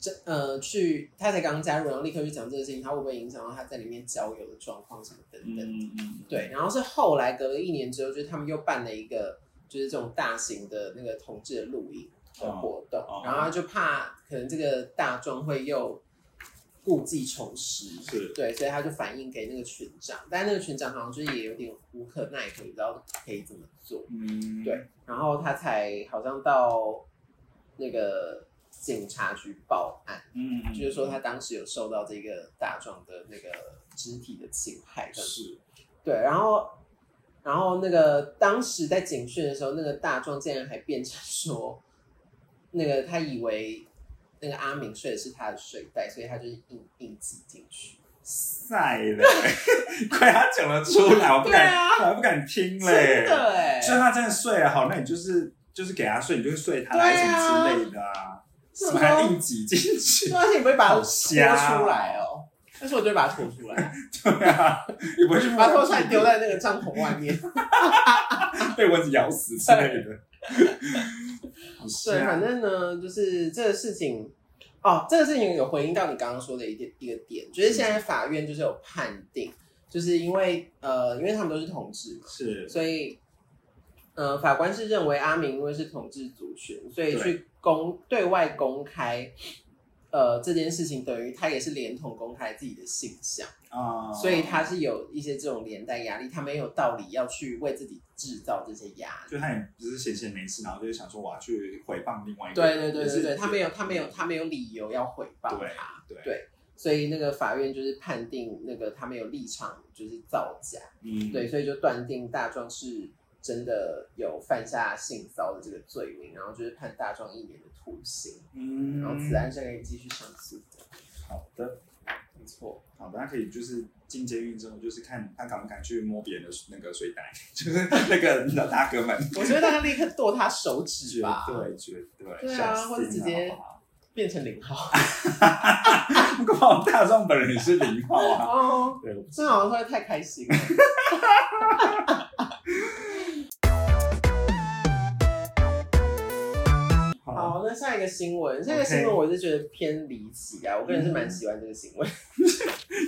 Speaker 2: 这呃去他才刚加入，然后立刻去讲这个事情，他会不会影响到他在里面交友的状况什么等
Speaker 1: 嗯
Speaker 2: 等。
Speaker 1: 嗯嗯，
Speaker 2: 对，然后是后来隔了一年之后，就是他们又办了一个就是这种大型的那个同志的露营的活动，
Speaker 1: 哦哦
Speaker 2: 然后他就怕可能这个大壮会又故技重施，
Speaker 1: 是
Speaker 2: 对，所以他就反映给那个群长，但那个群长好像就是也有点无可奈何，不知道可以怎么做。
Speaker 1: 嗯
Speaker 2: 对，然后他才好像到那个警察局报案，
Speaker 1: 嗯，嗯
Speaker 2: 就是说他当时有受到这个大壮的那个肢体的侵害这样子。
Speaker 1: 是
Speaker 2: 对，然后然后那个当时在警讯的时候，那个大壮竟然还变成说，那个他以为那个阿明睡的是他的睡袋，所以他就是硬硬挤进去。
Speaker 1: 晒嘞， 快他讲了出来，我不敢
Speaker 2: 对，啊
Speaker 1: 我还不敢听嘞
Speaker 2: 真，的哎、
Speaker 1: 所以他真的睡了，好，那你就是就是给他睡，你就会睡他
Speaker 2: 对啊
Speaker 1: 还是什么之类的啊，
Speaker 2: 是吗
Speaker 1: 什么还硬挤进去
Speaker 2: 对，而且你不会把它
Speaker 1: 好
Speaker 2: 拖
Speaker 1: 瞎哦
Speaker 2: 出来哦，但是我就会把它拖出来。
Speaker 1: 对啊，你不会去
Speaker 2: 把拖出来丢在那个帐篷外面。
Speaker 1: 被蚊子咬死之类 的，好吓
Speaker 2: 对，反正呢，就是这个事情，哦，这个事情有回应到你刚刚说的一点一个点，就是现
Speaker 1: 嗯
Speaker 2: 在法院就是有判定，就是因为呃，因为他们都是同志嘛，
Speaker 1: 是
Speaker 2: 所以呃，法官是认为阿明因为是同志族群，所以
Speaker 1: 对
Speaker 2: 去公对外公开。呃，这件事情等于他也是连同公开自己的性向，
Speaker 1: 啊，
Speaker 2: 所以他是有一些这种连带压力，他没有道理要去为自己制造这些压力。
Speaker 1: 就他也不是闲闲没事，然后就想说我要去回谤另外一个
Speaker 2: 对对
Speaker 1: 人，
Speaker 2: 对
Speaker 1: 也
Speaker 2: 对
Speaker 1: 是
Speaker 2: 对，他没有他没有他没有理由要毁谤
Speaker 1: 对
Speaker 2: 他，
Speaker 1: 对
Speaker 2: 对所以那个法院就是判定那个他没有立场就是造假，
Speaker 1: 嗯
Speaker 2: 对，所以就断定大壮是真的有犯下性骚的这个罪名，然后就是判大壮一年的徒刑，
Speaker 1: 嗯，
Speaker 2: 然后此案是可以继续上诉的，
Speaker 1: 好的
Speaker 2: 没错，
Speaker 1: 好的，他可以就是进监狱之后，就是看他敢不敢去摸别人的那个睡袋， 就是那个你知道大哥们，
Speaker 2: 我觉得大家立刻剁他手指
Speaker 1: 绝
Speaker 2: 吧，
Speaker 1: 对绝对，
Speaker 2: 对啊
Speaker 1: 吓死
Speaker 2: 或者直接
Speaker 1: 你好不 好
Speaker 2: 变成零号
Speaker 1: 刚好大壮本人也是零号啊。
Speaker 2: 哦，
Speaker 1: 对，我不知
Speaker 2: 这好像会太开心了。
Speaker 1: 道。
Speaker 2: 好，那下一个新闻，这个新闻
Speaker 1: OK
Speaker 2: 我是觉得偏离奇啊，我个人是蛮喜欢这个新闻。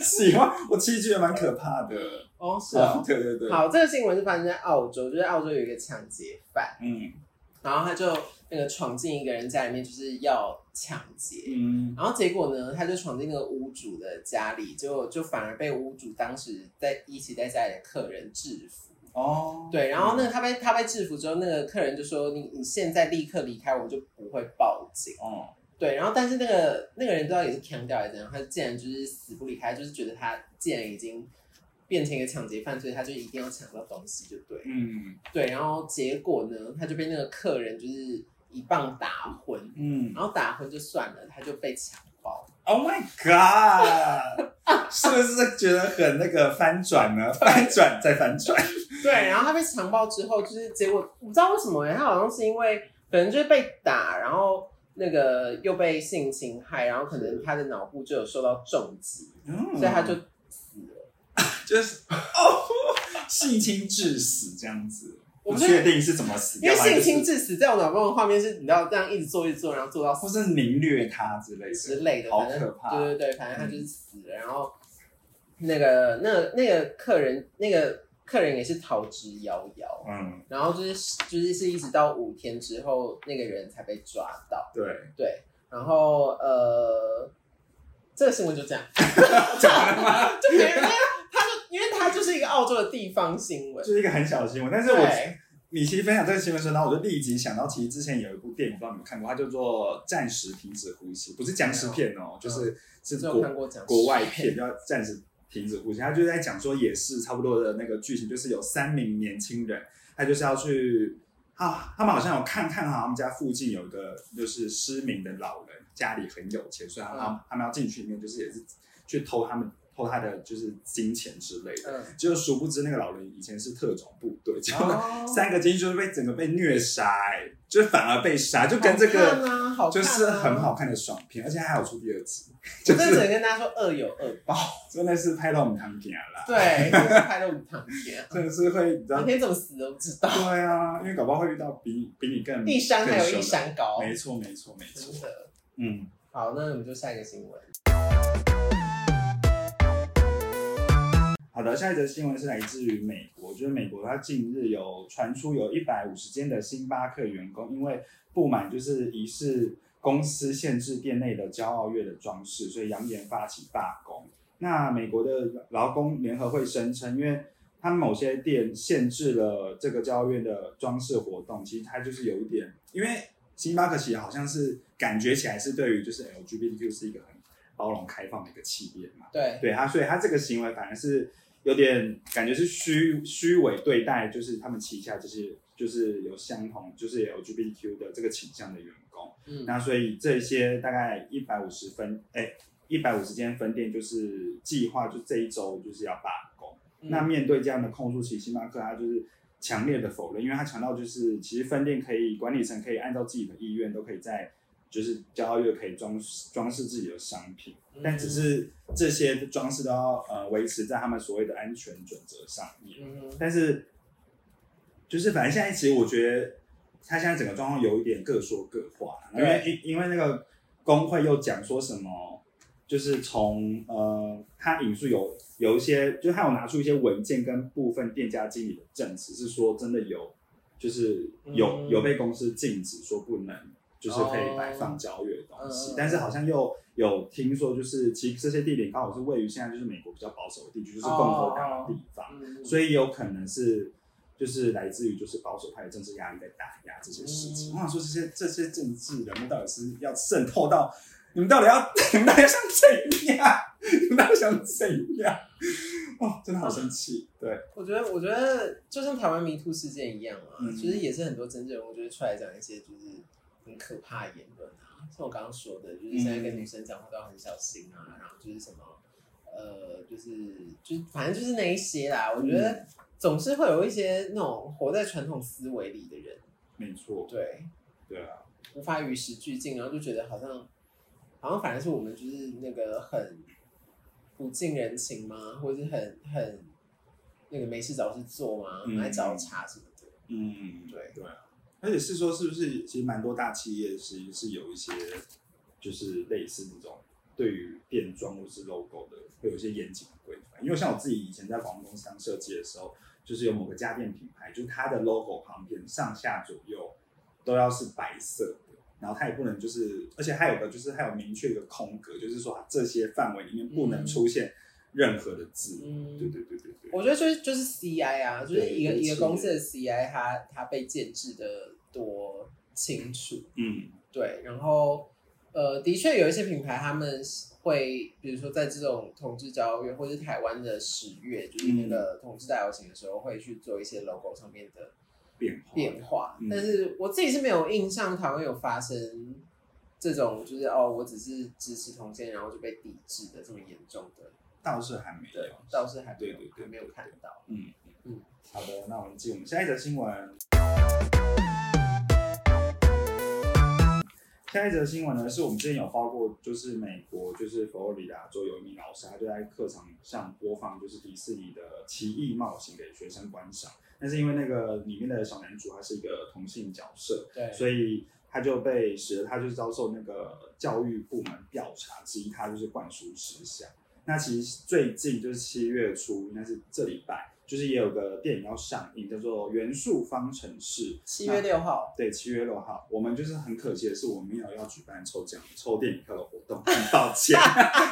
Speaker 1: 喜欢我其实觉得蛮可怕的。啊
Speaker 2: 哦，是哦。
Speaker 1: 对对对，
Speaker 2: 好，这个新闻是发生在澳洲，就是澳洲有一个抢劫犯，
Speaker 1: 嗯
Speaker 2: 然后他就那个闯进一个人家里面，就是要抢劫，
Speaker 1: 嗯，
Speaker 2: 然后结果呢，他就闯进那个屋主的家里，结果就反而被屋主当时在一起在家里的客人制服。
Speaker 1: 哦，
Speaker 2: 对，然后那个他被他被制服之后，那个客人就说：“你你现在立刻离开，我就不会报警。”
Speaker 1: 哦，
Speaker 2: 对，然后但是那个那个人不知道也是强调还是怎样，他竟然就是死不离开，就是觉得他既然已经变成一个抢劫犯，所以他就一定要抢到东西，就对。
Speaker 1: 嗯
Speaker 2: 对，然后结果呢，他就被那个客人就是一棒打昏，
Speaker 1: 嗯
Speaker 2: 然后打昏就算了，他就被强暴。
Speaker 1: ，Oh my God，是不是觉得很那个翻转呢？翻转再翻转，
Speaker 2: 对，然后他被强暴之后，就是结果我不知道为什么、欸，他好像是因为可能就是被打，然后那个又被性侵害，然后可能他的脑部就有受到重击，
Speaker 1: 嗯，
Speaker 2: 所以他就
Speaker 1: 就是哦， 性侵致死这样子，
Speaker 2: 我
Speaker 1: 不
Speaker 2: 不
Speaker 1: 确定是怎么死，
Speaker 2: 因为
Speaker 1: 要不然
Speaker 2: 性
Speaker 1: 就是
Speaker 2: 侵致死，在我脑中的画面是，你知道这样一直做一直做，然后做到死
Speaker 1: 或是凌虐他之类
Speaker 2: 之
Speaker 1: 的，
Speaker 2: 类的，
Speaker 1: 好
Speaker 2: 反正
Speaker 1: 可怕嗯
Speaker 2: 对对对，反正他就是死了。然后那个那个那个客人，那个客人也是逃之夭夭。
Speaker 1: 嗯，
Speaker 2: 然后就是就是是一直到五天之后，那个人才被抓到。
Speaker 1: 对，
Speaker 2: 对，然后呃，这个新闻就这样，
Speaker 1: 讲完了吗？
Speaker 2: 就别人他就因为他就是一个澳洲的地方新闻
Speaker 1: 就，是一个很小的新闻，但是我
Speaker 2: 对，
Speaker 1: 米奇分享这个新闻的时候，然后我就立即想到，其实之前有一部电影，不知道你们看过，它叫做《暂时停止呼吸》，不是僵尸片
Speaker 2: 嗯
Speaker 1: 哦，就是是
Speaker 2: 只有
Speaker 1: 国
Speaker 2: 看过讲
Speaker 1: 国外片，叫《暂时停止呼吸》，它就在讲说，也是差不多的那个剧情，就是有三名年轻人，他就是要去啊，他们好像有看看好他们家附近有一个就是失明的老人，家里很有钱，所以他们、
Speaker 2: 嗯
Speaker 1: 他们要进去里面，就是也是去偷他们偷他的就是金钱之类的。
Speaker 2: 嗯，
Speaker 1: 就殊不知那个老人以前是特种部队，结果
Speaker 2: 哦
Speaker 1: 三个金就是被整个被虐杀、哎，就反而被杀，就跟这
Speaker 2: 好看
Speaker 1: 个
Speaker 2: 啊好看
Speaker 1: 就
Speaker 2: 啊
Speaker 1: 是很好看的爽片，而且还有出第二集，
Speaker 2: 我
Speaker 1: 就
Speaker 2: 真的
Speaker 1: 是
Speaker 2: 只能跟大家说恶有恶报，
Speaker 1: 真的是拍到我们堂点啦，
Speaker 2: 对，真的拍到我们 堂天，
Speaker 1: 真的是会你知道
Speaker 2: 堂，天怎么死都不知 道，
Speaker 1: 对啊，因为搞不好会遇到比比你更
Speaker 2: 一山还有一，
Speaker 1: 更
Speaker 2: 山高
Speaker 1: 凶的，啊没错没错没错
Speaker 2: 真，的。
Speaker 1: 嗯，
Speaker 2: 好，那我们就下一个新闻，
Speaker 1: 好的，下一则新闻是来自于美国，就是美国它近日有传出有一百五十间的星巴克员工因为不满就是疑似公司限制店内的骄傲月的装饰，所以扬言发起罢工。那美国的劳工联合会声称，因为他们某些店限制了这个骄傲月的装饰活动，其实它就是有一点，因为星巴克其实好像是感觉起来是对于就是 LGBTQ 是一个很包容开放的一个企业嘛。
Speaker 2: 对，
Speaker 1: 对他，所以他这个行为反而是有点感觉是虚虚伪对待，就是他们旗下这些就是有相同就是 LGBTQ 的这个倾向的员工。
Speaker 2: 嗯，
Speaker 1: 那所以这些大概一百五十分，哎，一百五十间分店就是计划就这一周就是要罢工。
Speaker 2: 嗯
Speaker 1: 那面对这样的控诉，其实星巴克它就是强烈的否认，因为他强调就是其实分店可以管理层可以按照自己的意愿都可以在就是骄傲月可以装饰装饰自己的商品。但只是这些装饰都要呃维持在他们所谓的安全准则上面。
Speaker 2: 嗯
Speaker 1: 但是就是反正现在其实我觉得他现在整个状况有一点各说各话，因为因因为那个工会又讲说什么，就是从呃他引述有有一些，就是他有拿出一些文件跟部分店家经理的证词，是说真的有就是有、
Speaker 2: 嗯
Speaker 1: 有被公司禁止说不能。就是可以摆放交月的东西，但是好像又有听说，就是其实这些地点刚好是位于现在就是美国比较保守的地区，就是共和党的地方，
Speaker 2: 嗯
Speaker 1: 所以有可能是就是来自于就是保守派的政治压力在打压这些事情。
Speaker 2: 嗯
Speaker 1: 我想说，这些这些政治人物到底是要渗透到你们到底要 你们到底想怎样？ 你们到底想怎样？哦，真的好生气。对，
Speaker 2: 我觉得，我觉得就像台湾迷途事件一样啊，
Speaker 1: 嗯
Speaker 2: 其实也是很多政治人物就是出来讲一些就是很可怕的言论啊，像我刚刚说的，就是现在跟女生讲话都要很小心啊，然后就是什么呃，就是就是反正就是那一些啦。我觉得总是会有一些那种活在传统思维里的人，
Speaker 1: 没错，
Speaker 2: 对，
Speaker 1: 对啊，
Speaker 2: 无法与时俱进，然后就觉得好像好像反而是我们就是那个很不近人情嘛，或者是很很那个没事找事做嘛，
Speaker 1: 嗯
Speaker 2: 来找茬什么的。
Speaker 1: 嗯，
Speaker 2: 对
Speaker 1: 对啊。而且是说，是不是其实蛮多大企业其实是有一些就是类似这种对于变装或是 logo 的会有一些严谨的规范。因为像我自己以前在广告公司当设计的时候，就是有某个家电品牌，就是它的 logo 旁边上下左右都要是白色的，然后它也不能就是，而且还有个就是它有明确一个空格，就是说它啊这些范围里面不能出现任何的字。
Speaker 2: 嗯，
Speaker 1: 对对对对对，
Speaker 2: 我觉得就是就是 CI 啊，就是一个
Speaker 1: 对
Speaker 2: 一个
Speaker 1: 就是
Speaker 2: 公司的 CI，它它被建制的多清楚。
Speaker 1: 嗯
Speaker 2: 对，然后呃，的确有一些品牌他们会，比如说在这种同志交月或是台湾的十月，就是
Speaker 1: 嗯
Speaker 2: 那个同志大游行的时候，会去做一些 logo 上面的
Speaker 1: 变化
Speaker 2: 变化。
Speaker 1: 嗯
Speaker 2: 但是我自己是没有印象台湾有发生这种，就是哦，我只是支持同性恋，然后就被抵制的这么严重的，
Speaker 1: 倒是还没有
Speaker 2: 对，，倒是还没
Speaker 1: 对
Speaker 2: 有
Speaker 1: 对对
Speaker 2: 还没有看到。
Speaker 1: 嗯
Speaker 2: 嗯
Speaker 1: 嗯，好的，那我们进我们下一则新闻。下一则新闻呢，是我们之前有报过，就是美国就是佛罗里达州有一名老师，他就在课堂上播放就是迪士尼的《奇异冒险》给学生观赏，但是因为那个里面的小男主他是一个同性角色，
Speaker 2: 对，
Speaker 1: 所以他就被使得他就遭受那个教育部门调查，质疑他就是灌输思想。那其实最近就是七月初，应该是这礼拜，就是也有个电影要上映，叫做《元素方程式》。
Speaker 2: 七月六号，
Speaker 1: 对，七月六号，我们就是很可惜的是，我们没有要举办抽奖、抽电影票的活动，很抱歉，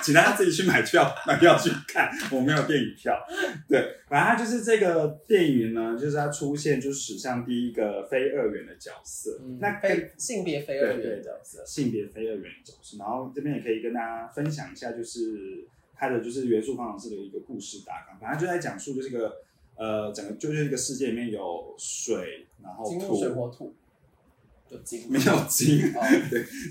Speaker 1: 请大家自己去买票、买票去看，我没有电影票。对，反正它就是这个电影呢，就是它出现就是史上第一个非二元的角色，
Speaker 2: 嗯，
Speaker 1: 那跟
Speaker 2: 非性别非二
Speaker 1: 对
Speaker 2: 元
Speaker 1: 对
Speaker 2: 的角色，
Speaker 1: 性别非二元的角色，然后这边也可以跟大家分享一下，就是它的就是元素方程式的一个故事大纲，反正就在讲述就是一个呃，整个就是一个世界里面有水，然后
Speaker 2: 金木水
Speaker 1: 土，哦
Speaker 2: 火土，就 金
Speaker 1: 没有金。
Speaker 2: 哦，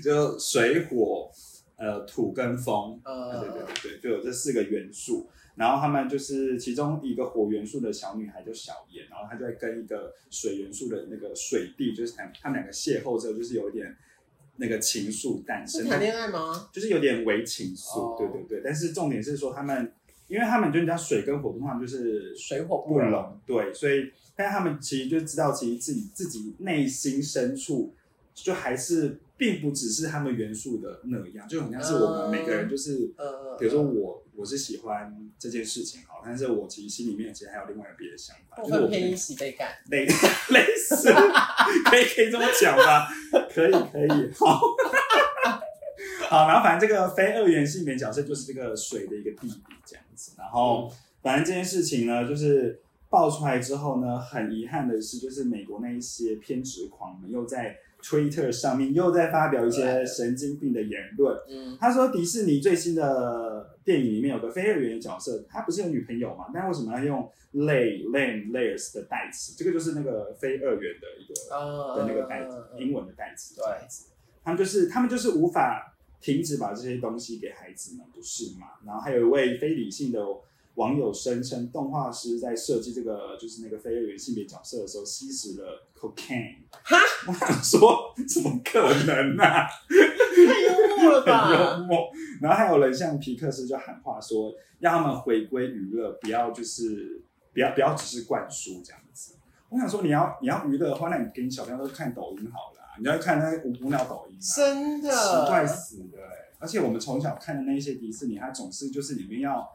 Speaker 1: 就水火呃土跟风，对
Speaker 2: 呃，
Speaker 1: 对对对，就有这四个元素。然后他们就是其中一个火元素的小女孩叫小妍，然后她就在跟一个水元素的那个水弟，就是他他们两个邂逅之后，就是有一点那个情愫诞
Speaker 2: 是
Speaker 1: 生，
Speaker 2: 谈恋爱吗？
Speaker 1: 就是有点为情愫，
Speaker 2: 哦
Speaker 1: 对对对。但是重点是说他们，因为他们就你知道水跟火通常就是
Speaker 2: 水火
Speaker 1: 不
Speaker 2: 不容，
Speaker 1: 容，对，所以但他们其实就知道，其实自己自己内心深处，就还是并不只是他们元素的那样，就很像是我们
Speaker 2: 嗯
Speaker 1: 每个人就是，
Speaker 2: 呃，
Speaker 1: 比如说我我是喜欢这件事情好，但是我其实心里面其实还有另外别的想法，
Speaker 2: 部
Speaker 1: 就是
Speaker 2: 分
Speaker 1: 我
Speaker 2: 偏
Speaker 1: 类
Speaker 2: 一喜被干，
Speaker 1: 类 类似，可以可以这么讲吧，可以可以，好。 好，然后反正这个非二元性别角色就是这个水的一个弟弟这样子，然后、反正这件事情呢，就是爆出来之后呢，很遗憾的是，就是美国那一些偏执狂们又在 Twitter 上面又在发表一些神经病的言论。
Speaker 2: 嗯，
Speaker 1: 他说，迪士尼最新的电影里面有个非二元的角色，他不是有女朋友嘛？但为什么要用 lay、lame、layers 的代词？这个就是那个非二元的一个
Speaker 2: 呃，
Speaker 1: 的那个代词，英文的代词。
Speaker 2: 对，
Speaker 1: 他们就是他们就是无法停止把这些东西给孩子们，不是吗？然后还有一位非理性的网友声称，动画师在设计这个就是那个非二元性别角色的时候，吸食了 cocaine。
Speaker 2: 哈，
Speaker 1: 我想说，怎么可能啊？
Speaker 2: 太幽 默了
Speaker 1: 很
Speaker 2: 吧？
Speaker 1: 幽默。然后还有人像皮克斯就喊话说，让他们回归娱乐，不要就是不要不要只是灌输这样子。我想说，你要你要娱乐的话，那你给你小朋友都看抖音好了啊、你要看那个无无聊抖音、啊，
Speaker 2: 真的，
Speaker 1: 奇怪死了、欸！而且我们从小看的那一些迪士尼，它总是就是里面要，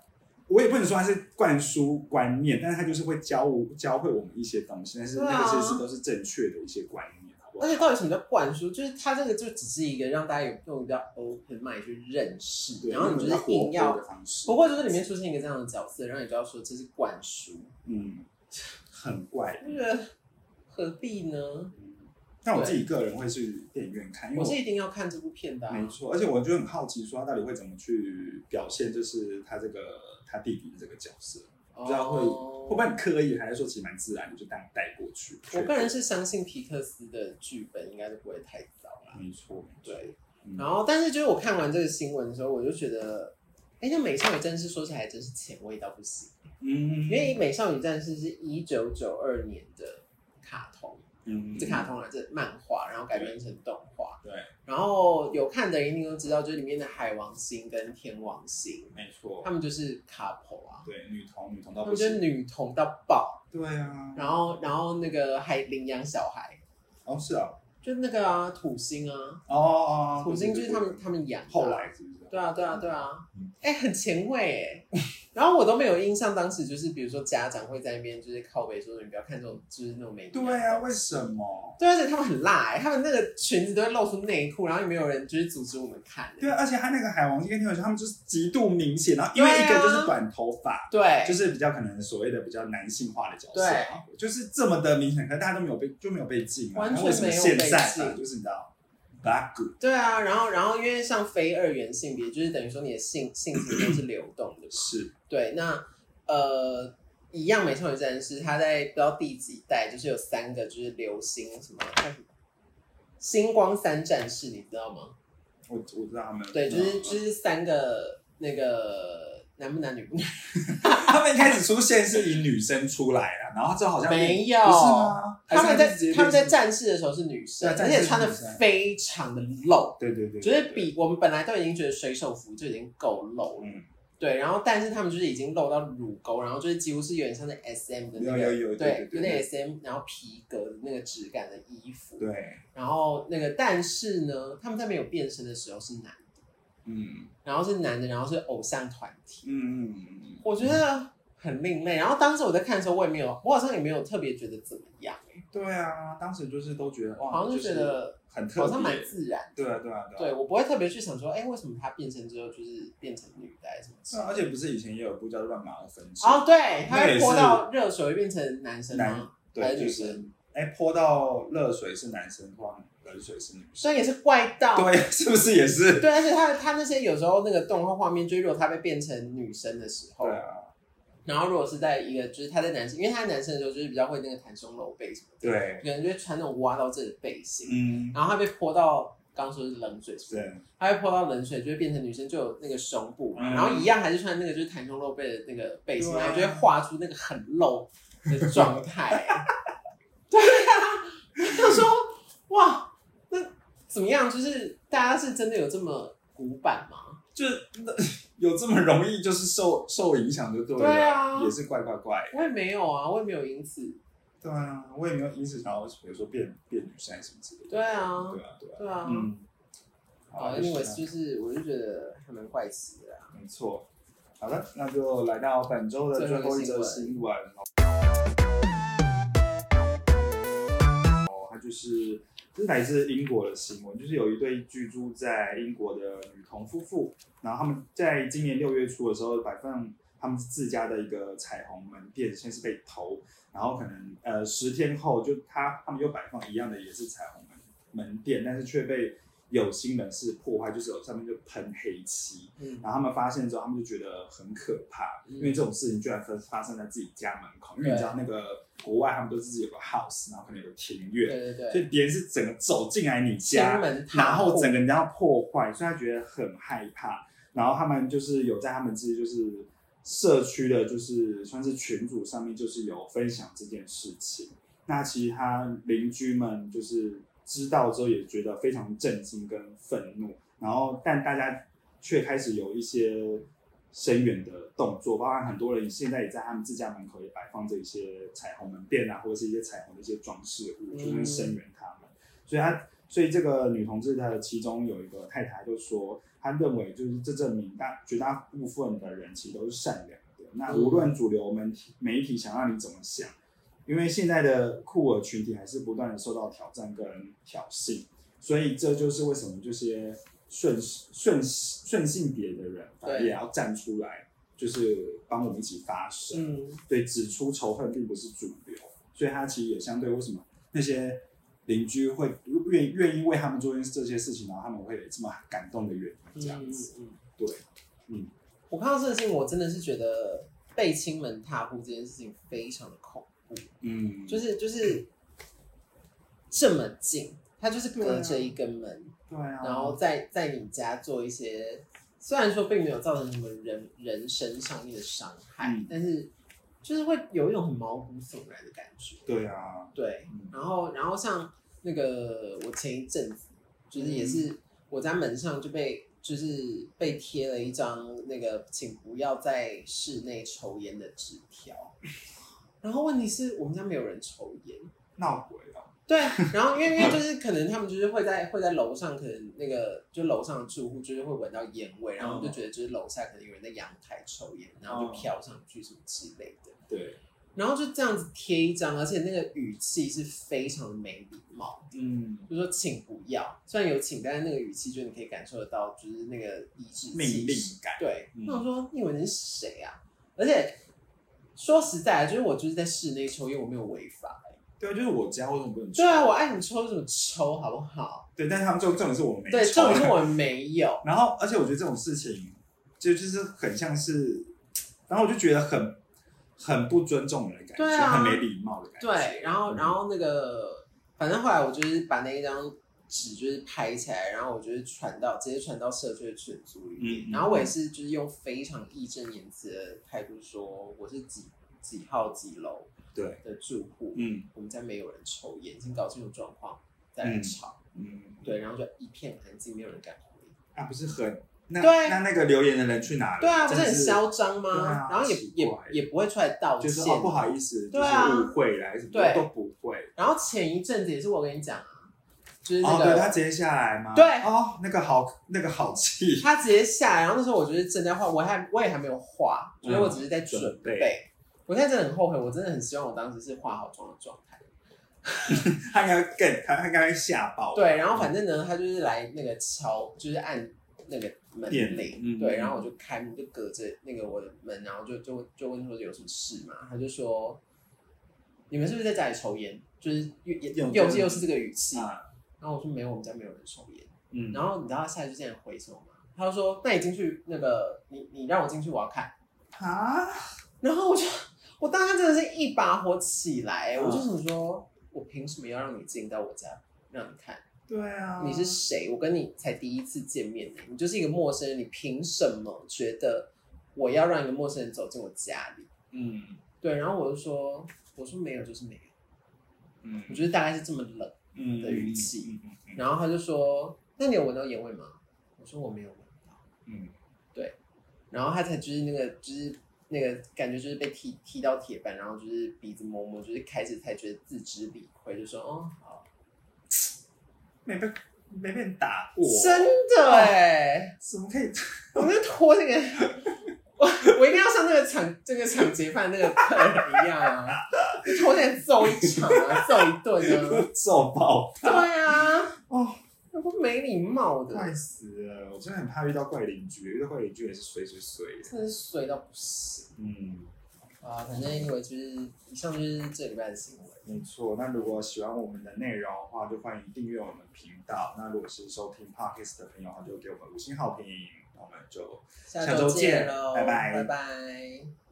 Speaker 1: 我也不能说它是灌输观念，但是它就是会教我教会我们一些东西，但是
Speaker 2: 对啊
Speaker 1: 那个其实都是正确的一些观念，好不好
Speaker 2: 而？且到底什么叫灌输？就是它这个就只是一个让大家有用比较 open mind 去认识，
Speaker 1: 对，
Speaker 2: 然后你就
Speaker 1: 那种
Speaker 2: 是
Speaker 1: 比较
Speaker 2: 硬
Speaker 1: 活
Speaker 2: 要
Speaker 1: 泼的方式
Speaker 2: 不，过就是里面出现一个这样的角色，然后你就要说这是灌输，
Speaker 1: 嗯，很怪。
Speaker 2: 我觉得何必呢？
Speaker 1: 但我自己个人会去电影院看，因为
Speaker 2: 我是一定要看这部片的、
Speaker 1: 没
Speaker 2: 啊。
Speaker 1: 错，而且我就很好奇，说他到底会怎么去表现，就是他这个他弟弟的这个角色，
Speaker 2: 哦
Speaker 1: 不知道会会不会很刻意，还是说其实蛮自然的，就这样带过去。
Speaker 2: 我个人是相信皮克斯的剧本应该是不会太糟啦。
Speaker 1: 没错，没错，
Speaker 2: 对，
Speaker 1: 嗯
Speaker 2: 然后但是就是我看完这个新闻的时候，我就觉得，哎，那美少女战士说起来真是前卫到不行，
Speaker 1: 嗯，
Speaker 2: 因为美少女战士是一九九二年的卡通，
Speaker 1: 嗯
Speaker 2: 这卡通啊，这漫画，然后改编成动画。
Speaker 1: 对，
Speaker 2: 然后有看的人一定都知道，就是里面的海王星跟天王星，
Speaker 1: 没错
Speaker 2: 他，们就是 couple 啊，
Speaker 1: 对女童女童到
Speaker 2: 他
Speaker 1: 不
Speaker 2: 们就是
Speaker 1: 行，
Speaker 2: 女同到爆，
Speaker 1: 对啊，
Speaker 2: 然后然后那个还领养小孩，
Speaker 1: 哦是啊，
Speaker 2: 就那个啊土星啊，
Speaker 1: 哦哦，哦
Speaker 2: 土星就是他
Speaker 1: 对
Speaker 2: 们
Speaker 1: 对对
Speaker 2: 他们养的啊
Speaker 1: 后，来是不是？
Speaker 2: 对啊对啊对啊
Speaker 1: 嗯，
Speaker 2: 哎、很前卫哎、然后我都没有印象，当时就是比如说家长会在那边就是靠背说你不要看这种就是那种美女
Speaker 1: 对啊，为什么？
Speaker 2: 对，而且他们很辣哎、他们那个裙子都会露出内裤，然后也没有人就是阻止我们看欸、
Speaker 1: 对啊，而且他那个海王星跟天王星，他们就是极度明显，然后因为
Speaker 2: 对
Speaker 1: 一
Speaker 2: 啊
Speaker 1: 个就是短头发，
Speaker 2: 对，
Speaker 1: 就是比较可能所谓的比较男性化的角色
Speaker 2: 对
Speaker 1: 啊，就是这么的明显，可是大家都没有被就没有被禁啊，
Speaker 2: 完全
Speaker 1: 那为什么
Speaker 2: 没有
Speaker 1: 现
Speaker 2: 被
Speaker 1: 在啊，
Speaker 2: 禁
Speaker 1: 就是你知道 black good
Speaker 2: 对啊，然后然后因为像非二元性别，就是等于说你的性性情都是流动的嘛。
Speaker 1: 是
Speaker 2: 对，那呃，一样美少女战士，它在不知道第几代，就是有三个就是流星什么叫什么星光三战士，你知道吗？
Speaker 1: 我我知道他们
Speaker 2: 对，就是
Speaker 1: 嗯
Speaker 2: 就是三个那个。男不男女不男，
Speaker 1: 他们一开始出现是以女生出来了，然后这好像
Speaker 2: 没有
Speaker 1: 不是吗？还是
Speaker 2: 他们在
Speaker 1: 直接
Speaker 2: 他们在
Speaker 1: 变成
Speaker 2: 战士的时候是女生，
Speaker 1: 对啊
Speaker 2: 而
Speaker 1: 战士
Speaker 2: 且
Speaker 1: 是
Speaker 2: 穿的
Speaker 1: 女生
Speaker 2: 非常的露，
Speaker 1: 对对对，
Speaker 2: 就
Speaker 1: 对
Speaker 2: 是比我们本来都已经觉得水手服就已经够露了，
Speaker 1: 嗯
Speaker 2: 对，然后但是他们就是已经露到乳沟，然后就是几乎是有点像是 S M 的那个，
Speaker 1: 有有有对
Speaker 2: 对
Speaker 1: 对，对
Speaker 2: 有点 S M，然后皮革的那个质感的衣服，
Speaker 1: 对，
Speaker 2: 然后那个但是呢，他们在没有变身的时候是男的，
Speaker 1: 嗯
Speaker 2: 然后是男的，然后是偶像团体，
Speaker 1: 嗯嗯嗯嗯，
Speaker 2: 我觉得很另类。然后当时我在看的时候，我也没有，我好像也没有特别觉得怎么样、欸，
Speaker 1: 对啊，当时就是都觉得哇，
Speaker 2: 好像哦就觉得
Speaker 1: 是很特
Speaker 2: 好
Speaker 1: 别，
Speaker 2: 像蛮自然。
Speaker 1: 对啊对啊对啊。
Speaker 2: 对我不会特别去想说，哎、为什么他变身之后就是变成女的还是什么之
Speaker 1: 是啊
Speaker 2: 类的？
Speaker 1: 而且不是以前也有部叫《乱马的分支》
Speaker 2: 哦，对，他
Speaker 1: 那也
Speaker 2: 会
Speaker 1: 是
Speaker 2: 泼到热水会变成男生
Speaker 1: 男
Speaker 2: 吗？还
Speaker 1: 对，
Speaker 2: 是
Speaker 1: 就
Speaker 2: 女
Speaker 1: 是
Speaker 2: 生？
Speaker 1: 哎，泼到热水是男生，泼到冷水是女生，
Speaker 2: 所以也是怪盗。
Speaker 1: 对，啊 是不是也是？
Speaker 2: 对，而且他他那些有时候那个动画画面，就是如果他被变成女生的时候
Speaker 1: 对，啊，
Speaker 2: 然后如果是在一个就是他在男生，因为他在男生的时候就是比较会那个袒胸露背什么的，
Speaker 1: 对，
Speaker 2: 可能就会穿那种挖到这里的背心，
Speaker 1: 嗯，
Speaker 2: 然后他被泼到刚说是冷水，
Speaker 1: 对，
Speaker 2: 他被泼到冷水就会变成女生就有那个胸部嘛，
Speaker 1: 嗯
Speaker 2: 然后一样还是穿那个就是袒胸露背的那个背心，
Speaker 1: 对啊
Speaker 2: 然后就会画出那个很露的 状态。对啊，就说哇，那怎么样？就是大家是真的有这么古板吗？
Speaker 1: 就是那有这么容易就是受受影响就对了，
Speaker 2: 对啊
Speaker 1: 也是怪怪怪。
Speaker 2: 我也没有啊，我也没有因此。
Speaker 1: 对啊，我也没有因此想要比如说变变女生还是什么之类的。
Speaker 2: 对啊，
Speaker 1: 对啊，对啊，
Speaker 2: 对啊。
Speaker 1: 嗯，
Speaker 2: 好，
Speaker 1: 就
Speaker 2: 因为
Speaker 1: 是啊
Speaker 2: 就是我就觉得还蛮怪奇的啊、
Speaker 1: 没错。好的，那就来到本周的最后一则新闻。哦，它就是这是来自英国的新闻，就是有一对居住在英国的女童夫妇，然后他们在今年六月初的时候，摆放他们自家的一个彩虹门店，先是被偷，然后可能呃十天后就他他们又摆放一样的也是彩虹门门店，但是却被有心人士破坏，就是有上面就喷黑漆，
Speaker 2: 嗯
Speaker 1: 然后他们发现之后，他们就觉得很可怕，
Speaker 2: 嗯
Speaker 1: 因为这种事情居然发发生在自己家门口。因为
Speaker 2: 对
Speaker 1: 你知道那个国外，他们都自己有个 house，然后可能有个庭院，
Speaker 2: 对对
Speaker 1: 所
Speaker 2: 对，
Speaker 1: 以别人是整个走进来你
Speaker 2: 金
Speaker 1: 家，
Speaker 2: 门
Speaker 1: 然
Speaker 2: 塔
Speaker 1: 后整个人家破坏，所以他觉得很害怕。然后他们就是有在他们自己就是社区的，就是算是群组上面就是有分享这件事情。那其实他邻居们就是知道之后也觉得非常震惊跟愤怒，然后但大家却开始有一些深远的动作，包含很多人现在也在他们自家门口也摆放着一些彩虹门店啊，或者是一些彩虹的一些装饰物，
Speaker 2: 嗯
Speaker 1: 就是声援他们。所以他，所以这个女同志她的其中有一个太太就说，她认为就是这证明大绝大部分的人其实都是善良的。那
Speaker 2: 嗯
Speaker 1: 无论主流媒体媒体想让你怎么想，因为现在的酷儿群体还是不断的受到挑战跟挑衅，所以这就是为什么这些顺顺顺性别的人，反而
Speaker 2: 对
Speaker 1: 也要站出来，就是帮我们一起发声。
Speaker 2: 嗯。
Speaker 1: 对，指出仇恨并不是主流，所以他其实也相对为什么那些邻居会愿愿意为他们做这些事情，然后他们会有这么感动的原因，这样子。
Speaker 2: 嗯嗯嗯
Speaker 1: 对，
Speaker 2: 嗯
Speaker 1: 嗯，
Speaker 2: 我看到这个事情，我真的是觉得被亲门踏户这件事情非常的恐怖，
Speaker 1: 嗯，
Speaker 2: 就是就是这么近，它就是隔着一根门，
Speaker 1: 对啊，
Speaker 2: 然后在在你家做一些，虽然说并没有造成什么人人身上面的伤害，
Speaker 1: 嗯
Speaker 2: 但是就是会有一种很毛骨悚然的感觉，
Speaker 1: 对啊，
Speaker 2: 对，
Speaker 1: 嗯
Speaker 2: 然后然后像那个我前一阵子就是也是我家门上就被就是被贴了一张那个请不要在室内抽烟的纸条，然后问题是我们家没有人抽烟。
Speaker 1: 闹鬼啊，
Speaker 2: 对，然后因为因为就是可能他们就是会在会在楼上，可能那个就楼上的住户就是会闻到烟味，然后就觉得就是楼下可能有人在阳台抽烟，然后就
Speaker 1: 哦
Speaker 2: 飘上去什么之类的。
Speaker 1: 对，
Speaker 2: 然后就这样子贴一张，而且那个语气是非常的没礼貌，
Speaker 1: 嗯，
Speaker 2: 就说请不要。虽然有请，但是那个语气就你可以感受得到，就是那个颐指气
Speaker 1: 命令
Speaker 2: 使
Speaker 1: 感
Speaker 2: 对，
Speaker 1: 嗯
Speaker 2: 那我说你以为你是谁啊？而且说实在的，就是我就是在室内抽烟，我没有违法、欸。
Speaker 1: 对啊，就是我家为什么不能抽？
Speaker 2: 对啊，我爱你抽什么抽，好不好？
Speaker 1: 对，但是他们重重点是我没
Speaker 2: 对，
Speaker 1: 抽
Speaker 2: 重点是我没有。
Speaker 1: 然后，而且我觉得这种事情，就就是很像是，然后我就觉得很很不尊重人的感觉，
Speaker 2: 对啊
Speaker 1: 很没礼貌的感觉。
Speaker 2: 对，然后然后那个，反正后来我就是把那一张纸就是拍起来，然后我就是传到直接传到社区的群组里面，
Speaker 1: 嗯嗯
Speaker 2: 然后我也是就是用非常义正言辞的态度说我是几几号几楼
Speaker 1: 对，
Speaker 2: 的住户，
Speaker 1: 嗯
Speaker 2: 我们家没有人抽烟，请搞清楚状况再来吵。
Speaker 1: 嗯，
Speaker 2: 对，然后就一片安静，没有人敢回应。
Speaker 1: 那不是很那
Speaker 2: 对
Speaker 1: 那那个留言的人去哪了？
Speaker 2: 对啊，不
Speaker 1: 真的
Speaker 2: 是很
Speaker 1: 是
Speaker 2: 嚣张吗？
Speaker 1: 对啊
Speaker 2: 然后也
Speaker 1: 奇
Speaker 2: 也
Speaker 1: 怪
Speaker 2: 也不会出来道
Speaker 1: 就
Speaker 2: 歉，
Speaker 1: 是哦不好意思，就
Speaker 2: 对啊
Speaker 1: 是误会来什么
Speaker 2: 对
Speaker 1: 都不会。
Speaker 2: 然后前一阵子也是我跟你讲啊，就是那
Speaker 1: 哦，
Speaker 2: 个、
Speaker 1: 对他直接下来吗？
Speaker 2: 对
Speaker 1: 哦，那个好，那个好气，
Speaker 2: 他直接下来，然后那时候我就是正在画，我还我也还没有画，所以我只是在准
Speaker 1: 嗯准
Speaker 2: 备。我现在真的很后悔，我真的很希望我当时是化好妆的状态。
Speaker 1: 他应该更，他他应该吓爆。嗯
Speaker 2: 对，然后反正呢，他就是来那个敲，就是按那个门
Speaker 1: 电铃
Speaker 2: 铃，
Speaker 1: 嗯
Speaker 2: 对，然后我就开门，就隔着那个我的门，然后就就就问说有什么事嘛，他就说你们是不是在家里抽烟？就是又也
Speaker 1: 用
Speaker 2: 又是又是这个语气，
Speaker 1: 啊，
Speaker 2: 然后我说没有，我们家没有人抽烟。
Speaker 1: 嗯，
Speaker 2: 然后你知道他下一句竟然回什么吗？他就说：“那你进去那个，你你让我进去，我要看。
Speaker 1: 啊，”
Speaker 2: 然后我就，我当时真的是一把火起来，
Speaker 1: 嗯
Speaker 2: 我就想说，我凭什么要让你进到我家让你看？
Speaker 1: 对啊，
Speaker 2: 你是谁？我跟你才第一次见面呢、你就是一个陌生人，你凭什么觉得我要让一个陌生人走进我家里？
Speaker 1: 嗯
Speaker 2: 对，然后我就说，我说没有就是没有，
Speaker 1: 嗯
Speaker 2: 我觉得大概是这么冷。
Speaker 1: 嗯
Speaker 2: 的语气，
Speaker 1: 嗯嗯
Speaker 2: 然后他就说：“那你有闻到烟味吗？”我说：“我没有闻到。”
Speaker 1: 嗯，
Speaker 2: 然后他才就是那个就是那个感觉就是被踢踢到铁板，然后就是鼻子摸摸，就是开始才觉得自知理亏，就说哦好，
Speaker 1: 没被没被人打过，
Speaker 2: 真的哎、
Speaker 1: 怎么可以？
Speaker 2: 我们就拖这个，我我一定要像那个抢这个抢劫犯那个客人一样啊，就拖这个揍一场啊，揍一顿啊，
Speaker 1: 揍爆
Speaker 2: 对啊，
Speaker 1: 哦，
Speaker 2: 那不没礼貌的，
Speaker 1: 快死了！我真的很怕遇到怪邻居，遇到怪邻居也是随随随。
Speaker 2: 真的是衰到不行。
Speaker 1: 嗯，
Speaker 2: 啊，反正因为就是以上就是这礼拜的新闻。
Speaker 1: 没错。那如果喜欢我们的内容的话，就欢迎订阅我们频道。那如果是收听 podcast 的朋友的话，就给我们五星好评。那我们就
Speaker 2: 下
Speaker 1: 下
Speaker 2: 周
Speaker 1: 周见
Speaker 2: 喽，
Speaker 1: 拜拜
Speaker 2: 拜拜。